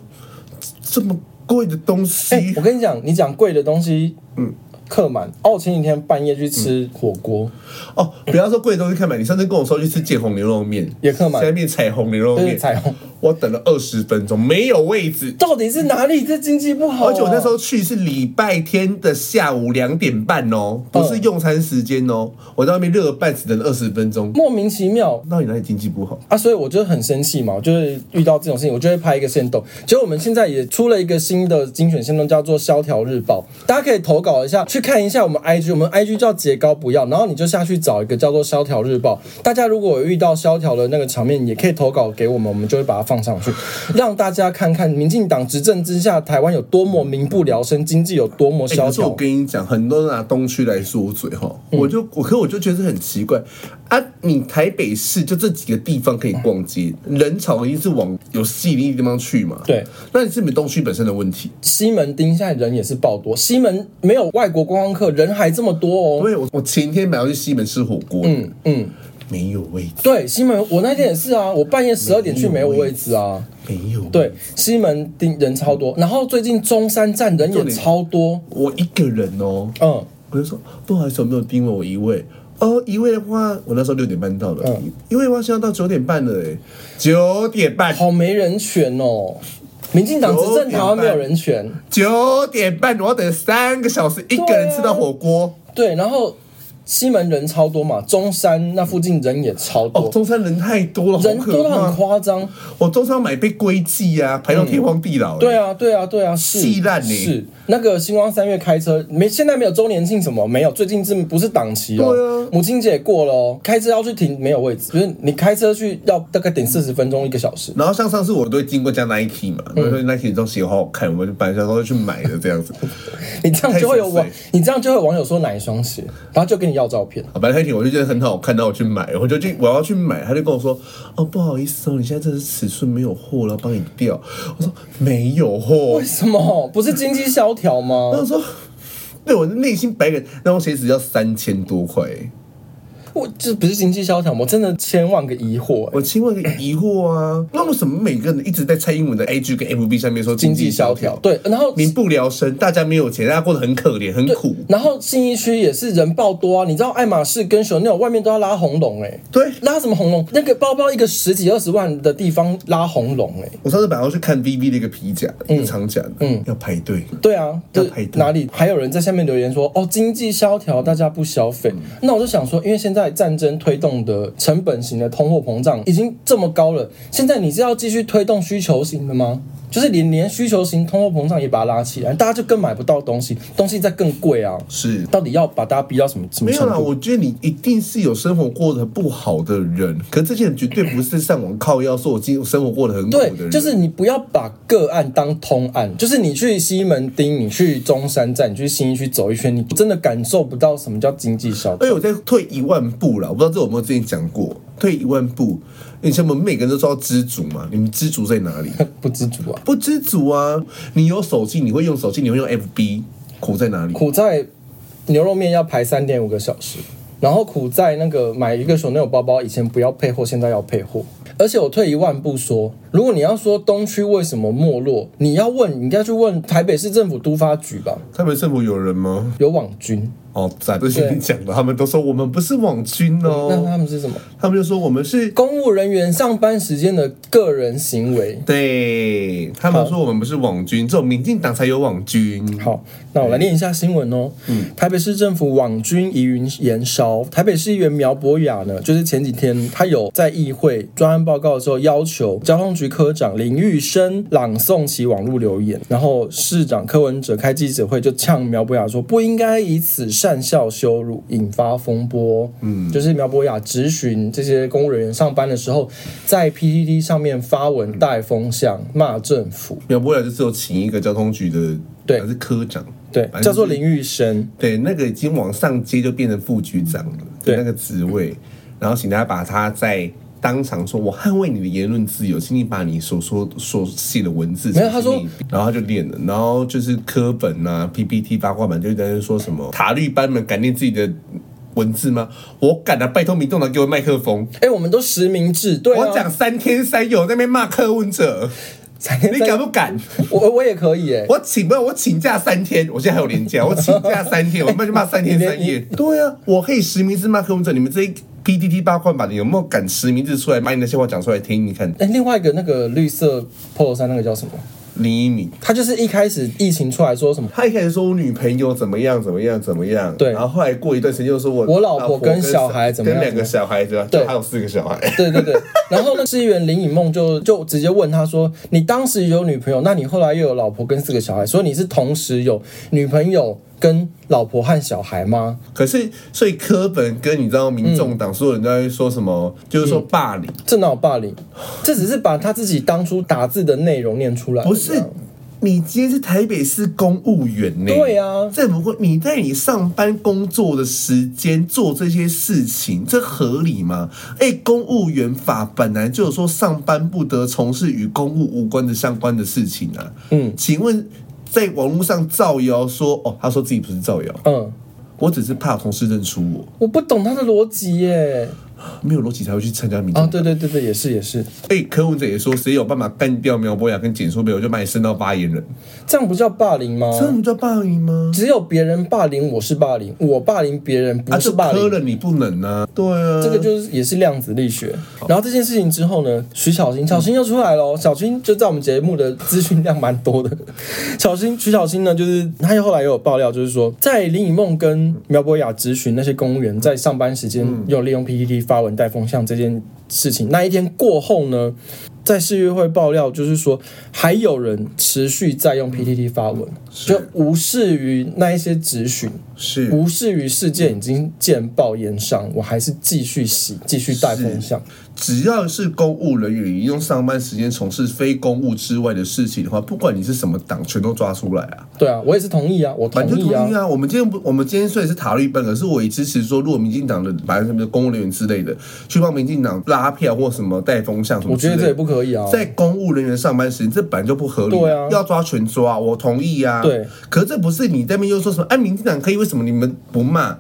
Speaker 1: 这这么贵的东西，
Speaker 2: 哎、我跟你讲，你讲贵的东西，嗯，客满。哦，我前几天半夜去
Speaker 1: 嗯
Speaker 2: 吃火锅，
Speaker 1: 哦，不要说贵的东西看满，你上次跟我说去吃见红牛肉面
Speaker 2: 也客满
Speaker 1: 现在变彩虹牛肉
Speaker 2: 对
Speaker 1: 面，
Speaker 2: 彩虹，
Speaker 1: 我等了二十分钟没有位置。
Speaker 2: 到底是哪里在经济不好、啊？
Speaker 1: 而且我那时候去是礼拜天的下午两点半哦，不
Speaker 2: 嗯
Speaker 1: 是用餐时间哦。我在外面热了半死，等了二十分钟。
Speaker 2: 莫名其妙，
Speaker 1: 到底哪里经济不好？
Speaker 2: 啊，所以我就很生气嘛，我就是遇到这种事情，我就会拍一个线动。结果我们现在也出了一个新的精选线动，叫做《萧条日报》，大家可以投稿一下，去看一下我们 IG，我们 IG 叫节高不要，然后你就下去找一个叫做《萧条日报》。大家如果有遇到萧条的那个场面，也可以投稿给我们，我们就会把它放上去，让大家看看民进党执政之下，台湾有多么民不聊生，经济有多么
Speaker 1: 欸
Speaker 2: 萧
Speaker 1: 可是我
Speaker 2: 条。嗯
Speaker 1: 跟你讲，很多人拿东区来说嘴哈，我就我可我就觉得很奇怪啊！你台北市就这几个地方可以逛街，人潮一定是往有吸引力的地方去嘛。
Speaker 2: 嗯对，
Speaker 1: 那你是不是东区本身的问题？
Speaker 2: 西门町现在人也是爆多，西门没有外国观光客，人还这么多哦。
Speaker 1: 因为我我前天本来要去西门吃火锅，嗯嗯，没有位置，
Speaker 2: 对，西门，我那天也是啊，我半夜十二点去没有位置啊。
Speaker 1: 没有位置
Speaker 2: 对，，西门町人超多，然后最近中山站人也超多。
Speaker 1: 我一个人哦，
Speaker 2: 嗯，
Speaker 1: 我就说不好意思，我没有定位我一位。哦，一位的话，我那时候六点半到了，
Speaker 2: 嗯
Speaker 1: 一位的话现在到九点半了，哎，九点半，
Speaker 2: 好没人权哦。民进党执政台湾没有人权。
Speaker 1: 啊九点半，我要等三个小时，一个人吃到火锅。
Speaker 2: 对，然后西门人超多嘛，中山那附近人也超多，
Speaker 1: 哦，中山人太多了，好
Speaker 2: 人
Speaker 1: 可
Speaker 2: 多到
Speaker 1: 怕！
Speaker 2: 很夸张。
Speaker 1: 我中山买被归记啊，排到天荒地老、欸
Speaker 2: 对啊，对啊，对啊，是
Speaker 1: 气烂欸
Speaker 2: 是那个星光三月开车没？现在没有周年庆什么没有？最近是不是档期哦？
Speaker 1: 对啊
Speaker 2: 母亲节过了哦，开车要去停没有位置，就是你开车去要大概顶四十分钟一个 小时。
Speaker 1: 然后像上次我都会经过家 Nike 嘛，然后说 Nike 这双鞋好好看，我们就本来想说去买的这 样子。
Speaker 2: 你这样就会有网
Speaker 1: 太琐碎，
Speaker 2: 你这样就会有网友说哪一双鞋，然后就跟你要照 片。
Speaker 1: 啊，白太挺我就觉得很好看，然后我去买，我就去我要去买，他就跟我说，哦，不好意思哦，你现在这是尺寸没有货了，帮你调。我说没有货
Speaker 2: 为，什么？不是经济萧条
Speaker 1: 然
Speaker 2: 吗？
Speaker 1: 后说，对我内心白人，那双鞋子要三千多块、欸
Speaker 2: 我这不是经济萧条吗？我真的千万个疑惑、欸
Speaker 1: 我亲问个疑惑
Speaker 2: 嗯
Speaker 1: 啊，那为什么每个人一直在蔡英文的 IG 跟 FB 上面说
Speaker 2: 经
Speaker 1: 经
Speaker 2: 济
Speaker 1: 济萧
Speaker 2: 萧条
Speaker 1: 条？，
Speaker 2: 对，然后
Speaker 1: 民不聊生，大家没有钱，大家过得很可怜，很苦。
Speaker 2: 然后信义区也是人爆多啊，你知道爱马仕跟 Chanel 外面都要拉红龙哎、欸，
Speaker 1: 对
Speaker 2: 拉什么红龙？那个包包一个十几二十万的地方拉红龙哎、欸，
Speaker 1: 我上次本来要去看 VV 的一个皮夹，一个长夹的，
Speaker 2: 嗯
Speaker 1: 要排队。
Speaker 2: 对啊，
Speaker 1: 要
Speaker 2: 对
Speaker 1: 排队
Speaker 2: 哪里还有人在下面留言说哦经济萧条，大家不消
Speaker 1: 嗯
Speaker 2: 费。那我就想说，因为现在战争推动的成本型的通货膨胀已经这么高了，现在你是要继续推动需求型的吗？就是连连需求型通货膨胀也把它拉起来，大家就更买不到东西，东西再更贵啊。
Speaker 1: 是
Speaker 2: 到底要把大家逼到什么什么
Speaker 1: 没有
Speaker 2: 程
Speaker 1: 啦，
Speaker 2: 度？
Speaker 1: 我觉得你一定是有生活过得不好的人，可这些人绝对不是上网靠腰说我今天生活过得很苦的
Speaker 2: 对，
Speaker 1: 人，
Speaker 2: 就是你不要把个案当通案，就是你去西门町，你去中山站，你去新一区走一圈，你真的感受不到什么叫经济效
Speaker 1: 而哎
Speaker 2: 益。
Speaker 1: 且我再退一万步啦，我不知道这有没有之前讲过。退一万步，你像我们每个人都知道知足嘛，你们知足在哪里？
Speaker 2: 不知足啊，
Speaker 1: 不知足啊！你有手机，你会用手机，你会用 FB，苦在哪里？
Speaker 2: 苦在牛肉面要排三点五个小时，然后苦在那个买一个手那种包包，以前不要配货，现在要配货。而且我退一万步说，如果你要说东区为什么没落，你要问，你应该去问台北市政府都发局吧，
Speaker 1: 台北政府有人吗？
Speaker 2: 有网军，
Speaker 1: 哦，在这些你讲的，他们都说我们不是网军
Speaker 2: 那他
Speaker 1: 哦，
Speaker 2: 们是什么？
Speaker 1: 他们就说我们 是。
Speaker 2: 公务人员上班时间的个人行为。
Speaker 1: 对他们说我们不是网军，只有民进党才有网军。
Speaker 2: 好，那我来念一下新闻哦。
Speaker 1: 嗯
Speaker 2: 台北市政府网军疑云延烧，台北市议员苗博雅呢，就是前几天他有在议会专案报告的时候，要求交通局科长林玉生朗诵其网络留言，然后市长柯文哲开记者会就呛苗博雅说，不应该以此善笑羞辱，引发风波。嗯，就是苗博雅质询这些公务人员上班的时候，在 PTT 上面发文带风向，骂政府。
Speaker 1: 苗博雅就是有请一个交通局的，
Speaker 2: 对
Speaker 1: 还是科长，
Speaker 2: 对，
Speaker 1: 反正
Speaker 2: 叫做
Speaker 1: 就是
Speaker 2: 林玉生。
Speaker 1: 对，那个已经往上接就变成副局长了，
Speaker 2: 对
Speaker 1: 对那个职位，然后请大家把他在当场说：“我捍卫你的言论自由，请你把你所说所写的文字。”
Speaker 2: 没有他说，
Speaker 1: 然后他就练了，然后就是课本啊、PPT 八卦版就在那说什么塔绿班们敢念自己的文字吗？我敢啊！拜托民众党给我麦克风。
Speaker 2: 哎、我们都实名制，对啊，
Speaker 1: 我讲三天三夜我在那边骂柯文哲，
Speaker 2: 才能
Speaker 1: 你
Speaker 2: 在
Speaker 1: 敢不敢？
Speaker 2: 我我也可以哎、
Speaker 1: 我请不，我请假三天，我现在还有年假，我请假三天，我他妈就骂三天三夜。对啊，我可以实名制骂柯文哲，你们这一 P D T 八冠版，你有没有敢实名制出来把你那些话讲出来听听看？
Speaker 2: 哎、另外一个那个绿色 polo 衫那个叫什么？
Speaker 1: 林一敏，
Speaker 2: 他就是一开始疫情出来说什么，
Speaker 1: 他一开始说我女朋友怎么样怎么样怎么样，
Speaker 2: 对
Speaker 1: 然后后来过一段时间又说我
Speaker 2: 我老婆跟小孩
Speaker 1: 跟
Speaker 2: 怎么样
Speaker 1: 跟两个小孩对吧？
Speaker 2: 对
Speaker 1: 就还有四个小孩。
Speaker 2: 对对对， 然后那市议员林以梦就就直接问他说，你当时有女朋友，那你后来又有老婆跟四个小孩，所以你是同时有女朋友跟老婆和小孩吗？
Speaker 1: 可是所以柯本跟你知道民
Speaker 2: 嗯
Speaker 1: 众党所有人都在说什么，就是说霸凌，
Speaker 2: 这哪有霸凌？这只是把他自己当初打字的内容念出来，
Speaker 1: 不是，你今天是台北市公务员呢、
Speaker 2: 对啊
Speaker 1: 这不过你在你上班工作的时间做这些事情，这合理吗？哎、公务员法本来就有说上班不得从事与公务无关的相关的事情啊。
Speaker 2: 嗯
Speaker 1: 请问在网络上造谣说，哦，他说自己不是造谣，
Speaker 2: 嗯，
Speaker 1: 我只是怕同事认出我。
Speaker 2: 我不懂他的逻辑耶、
Speaker 1: 没有逻辑才会去参加民
Speaker 2: 啊，
Speaker 1: 众。
Speaker 2: 对对对对，也是也是，
Speaker 1: 哎、柯文哲也说，谁有办法干掉苗博雅跟简淑梅，我就把你升到发言人。
Speaker 2: 这样不叫霸凌吗？
Speaker 1: 这不叫霸凌吗？
Speaker 2: 只有别人霸凌我是霸凌，我霸凌别人
Speaker 1: 啊，
Speaker 2: 不是
Speaker 1: 就
Speaker 2: 霸凌
Speaker 1: 柯。了你不能啊。对啊，
Speaker 2: 这个就是也是量子力学。然后这件事情之后呢，徐小
Speaker 1: 嗯
Speaker 2: 新，小新又出来了哦。小新就在我们节目的资讯量蛮多的。 小新，徐小新呢，就是他后来也有爆料，就是说在林以梦跟苗博雅咨询那些公务员在上班时间
Speaker 1: 嗯
Speaker 2: 又利用 PPT 发文带风向这件事情，那一天过后呢，在世运会爆料，就是说还有人持续在用 PPT 发文，
Speaker 1: 嗯是
Speaker 2: 就无视于那一些质询。
Speaker 1: 是
Speaker 2: 无视于事件已经见报言上，我还是继续洗，继续带风向。
Speaker 1: 只要是公务人员，你用上班时间从事非公务之外的事情的话，不管你是什么党，全都抓出来啊！
Speaker 2: 对啊，我也是同意啊，我同
Speaker 1: 反正就
Speaker 2: 意
Speaker 1: 同
Speaker 2: 啊
Speaker 1: 意。啊！我们今天不，我们今天虽然是塔利班，可是我也支持说，如果民进党的反正什么公务人员之类的，去帮民进党拉票或什么带风向什么
Speaker 2: 我
Speaker 1: 之类
Speaker 2: 觉得这
Speaker 1: 的
Speaker 2: 也不可以啊。
Speaker 1: 在公务人员上班时间，这本来就不合理，
Speaker 2: 对啊
Speaker 1: 要抓全抓，我同意啊。
Speaker 2: 对，
Speaker 1: 可是这不是你在那边又说什么？哎、民进党可以，为什么你们不骂？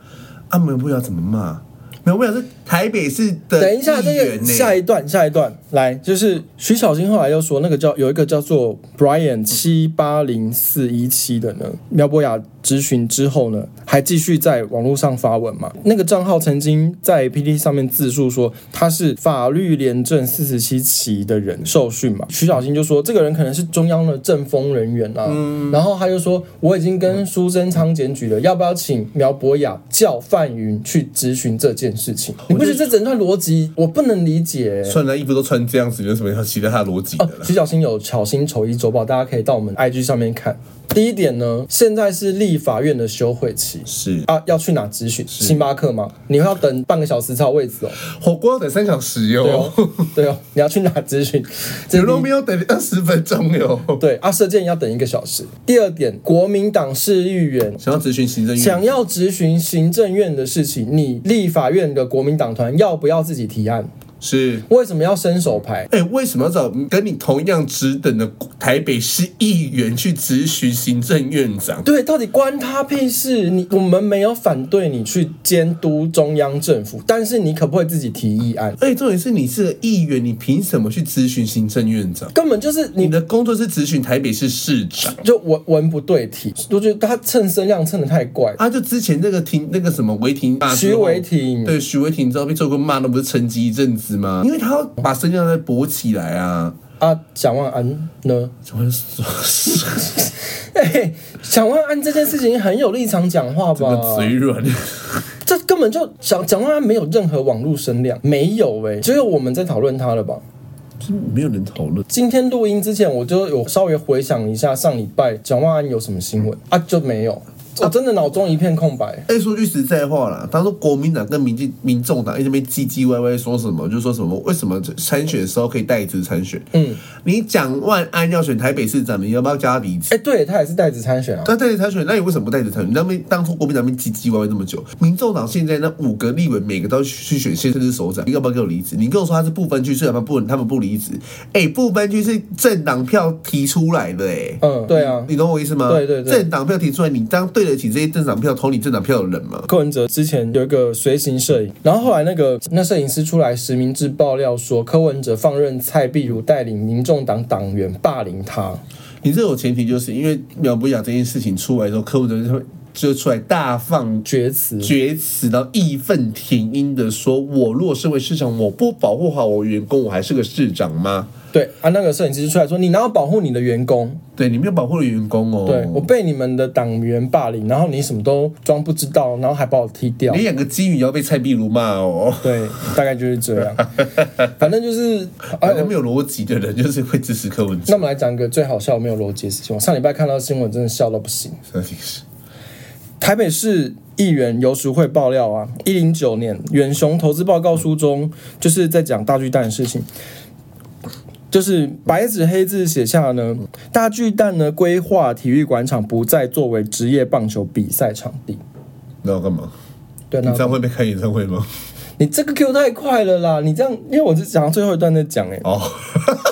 Speaker 1: 啊，苗不了怎么骂？苗不了是台北市的、
Speaker 2: 等一下，
Speaker 1: 议
Speaker 2: 这
Speaker 1: 员
Speaker 2: 个
Speaker 1: 呢
Speaker 2: 下一段，下一段来，就是徐小新后来又说，那个叫有一个叫做 Brian 七八零四一七的呢，苗博雅咨询之后呢，还继续在网络上发文嘛。那个账号曾经在 PT 上面自述说他是法律廉政四十七期的人受训嘛。徐小新就说这个人可能是中央的政风人员啊，然后他就说我已经跟苏贞昌检举了，要不要请苗博雅叫范云去咨询这件事情？你不觉得这整段逻辑我不能理解、
Speaker 1: 穿的衣服都穿这样子，有什么要其他的逻辑的
Speaker 2: 哦，
Speaker 1: 啦？
Speaker 2: 徐小新有《巧心丑一周报》，大家可以到我们 IG 上面看。第一点呢，现在是立法院的休会期
Speaker 1: 是
Speaker 2: 啊，要去哪咨询？星巴克吗？你会要等半个小时才有位置哦。
Speaker 1: 火锅要等三小时
Speaker 2: 对
Speaker 1: 哟，
Speaker 2: 哦，对哦，你要去哪咨询？
Speaker 1: 牛
Speaker 2: 这是第一
Speaker 1: 肉面要等二十分钟哟。
Speaker 2: 对啊，射箭要等一个小时。第二点，国民党市议员
Speaker 1: 想要咨询行政院，
Speaker 2: 想要质询行政院的事情，你立法院的国民党团要不要自己提案？
Speaker 1: 是。
Speaker 2: 为什么要伸手牌？
Speaker 1: 哎、为什么要找跟你同样职等的台北市议员去咨询行政院长？
Speaker 2: 对，到底关他屁事？你我们没有反对你去监督中央政府，但是你可不可以自己提议案？
Speaker 1: 而且重点是你是个议员，你凭什么去咨询行政院长？
Speaker 2: 根本就是
Speaker 1: 你
Speaker 2: 你
Speaker 1: 的工作是咨询台北市市长。
Speaker 2: 就文文不对题，我觉得他蹭声量蹭的太怪。
Speaker 1: 啊，就之前那个停那个什么违停啊，
Speaker 2: 徐维婷
Speaker 1: 对徐维婷，你知道被周哥骂，那不是沉寂一阵子吗？因为他要把声量再勃起来啊。
Speaker 2: 啊，蒋万安呢？
Speaker 1: 怎么说
Speaker 2: 嘿嘿，蒋万安这件事情很有立场讲话吧？
Speaker 1: 嘴软？
Speaker 2: 这根本就蒋蒋万安没有任何网络声量，没有诶、只有我们在讨论他了吧？
Speaker 1: 真没有人讨论。
Speaker 2: 今天录音之前，我就有稍微回想一下上礼拜蒋万安有什么新闻啊，就没有，我真的脑中一片空白。
Speaker 1: 哎，说句实在话啦，当初国民党跟民进民众党一直被唧唧歪歪说什么，就说什么为什么参选的时候可以代职参选？嗯，你蒋万安要选台北市长，你要不要加离职？
Speaker 2: 哎、对他也是代子参选啊。
Speaker 1: 那代理参选，那你为什么不代理参选？你那边当初国民党那边唧唧歪歪那么久，民众党现在那五个立委每个都要去选县市首长，你要不要给我离职？你跟我说他是不分区，所以他们不他们不离职。哎、不分区是政党票提出来的、哎。
Speaker 2: 嗯，对啊。
Speaker 1: 你懂我意思吗？
Speaker 2: 对对对
Speaker 1: 政党票提出来，你当对得起这些政党票投你政党票的人吗？
Speaker 2: 柯文哲之前有一个随行摄影，然后后来那个那摄影师出来实名制爆料说，柯文哲放任蔡壁如带领民众党党员霸凌他。
Speaker 1: 你这有前提，就是因为苗博雅这件事情出来之后，柯文哲就会就出来大放
Speaker 2: 厥词，
Speaker 1: 厥词，然后义愤填膺的说：“我如果身为市长，我不保护好我员工，我还是个市长吗？”
Speaker 2: 对啊，那个摄影师出来说，你哪有保护你的员工？
Speaker 1: 对，你没有保护了员工哦。
Speaker 2: 对 我被你们的党员霸凌，然后你什么都装不知道，然后还把我踢掉
Speaker 1: 你。养个金鱼也要被蔡壁如骂哦。
Speaker 2: 对，大概就是 这样。反正就是， 哎
Speaker 1: 反，正没有逻辑的人就是会支持柯文
Speaker 2: 那
Speaker 1: 哲。
Speaker 2: 我们来讲一个最好笑没有逻辑的事情。我上礼拜看到新闻，真的笑到不行。
Speaker 1: 那也是
Speaker 2: 台北市议员游淑慧爆料啊，一零九年远雄投资报告书中，就是在讲大巨蛋的事情。就是白纸黑字写下呢，大巨蛋呢规划体育广场不再作为职业棒球比赛场地。
Speaker 1: 那要干嘛？
Speaker 2: 对，
Speaker 1: 你
Speaker 2: 那
Speaker 1: 这样会被开演唱会 吗？
Speaker 2: 你这个 Q 太快了啦！你这样，因为我是讲到最后一段在讲哎、
Speaker 1: 哦，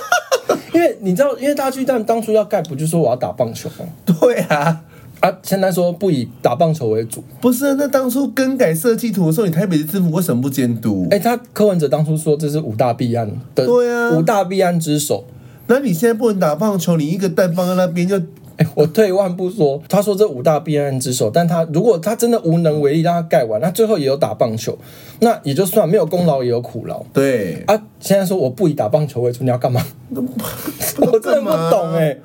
Speaker 2: 因为你知道，因为大巨蛋当初要盖，不就说我要打棒球吗？
Speaker 1: 对啊，
Speaker 2: 啊，现在说不以打棒球为主，
Speaker 1: 不是啊，那当初更改设计图的时候，你台北市政府为什么不监督？
Speaker 2: 哎、他柯文哲当初说这是五大弊案的，
Speaker 1: 对啊
Speaker 2: 五大弊案之首。
Speaker 1: 那你现在不能打棒球，你一个蛋放在那边就
Speaker 2: 哎、我退一万步说，他说这五大弊案之首，但他如果他真的无能为力让他盖完，那最后也有打棒球，那也就算没有功劳也有苦劳
Speaker 1: 对，
Speaker 2: 啊。现在说我不以打棒球为主，你要干嘛？ 我真的不懂哎、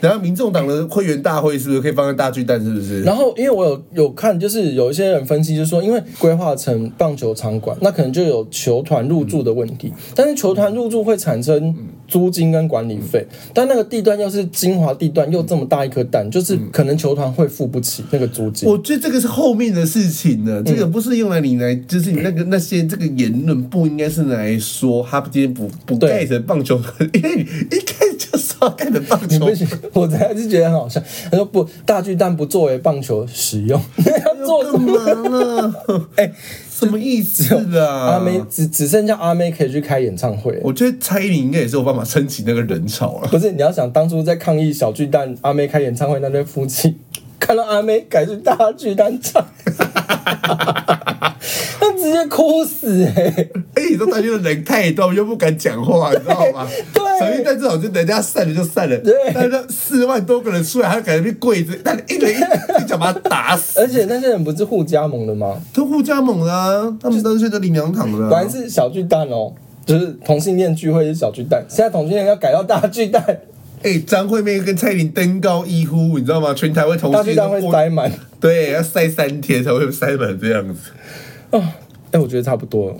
Speaker 1: 然后民众党的会员大会是不是可以放在大巨蛋？是不是？
Speaker 2: 然后，因为我有有看，就是有一些人分析，就是说，因为规划成棒球场馆，那可能就有球团入驻的问题。但是球团入驻会产生租金跟管理费，但那个地段又是精华地段，又这么大一颗蛋，就是可能球团会付不起那个租金。
Speaker 1: 我觉得这个是嗯后面的事情呢，这个不是用来你来，就是你那个那些这个言论不应该是拿来说他今天不不
Speaker 2: 对
Speaker 1: 盖成棒球，因为你 一开始就是要盖成棒
Speaker 2: 你
Speaker 1: 球
Speaker 2: 不。行，我真的是 觉得很好笑。他说不，大巨蛋不作为棒球使用， 要做什
Speaker 1: 干
Speaker 2: 么？
Speaker 1: 嘛 呢？
Speaker 2: 哎、
Speaker 1: 什么意思
Speaker 2: 阿妹
Speaker 1: 啊？
Speaker 2: 只只剩下阿妹可以去开演唱会。
Speaker 1: 我觉得蔡依林应该也是有办法撑起那个人潮了。
Speaker 2: 不是，你要想当初在抗议小巨蛋阿妹开演唱会那对夫妻， 看到阿妹改去大巨蛋唱， 他直接哭死哎、欸！
Speaker 1: 哎、你说大家的人太多，又不敢讲话，你知道 吗？
Speaker 2: 对
Speaker 1: 小巨蛋这种就人家散了就散了，
Speaker 2: 对
Speaker 1: 但是四万多个人出来，他感觉被跪着，但一人一一脚把他打死，
Speaker 2: 而且那些人不是互加盟的吗？
Speaker 1: 都互加盟啦、他们都是在领粮堂的、
Speaker 2: 果
Speaker 1: 啊
Speaker 2: 然。是小巨蛋哦，就是同性恋聚会是小巨蛋，现在同性恋要改到大巨蛋，
Speaker 1: 哎、张惠妹跟蔡依林登高一呼，你知道吗？全台湾同
Speaker 2: 大
Speaker 1: 事
Speaker 2: 巨蛋会塞满。
Speaker 1: 对，要塞三天才会塞满这样子。
Speaker 2: 哦啊，哎、我觉得差不多了。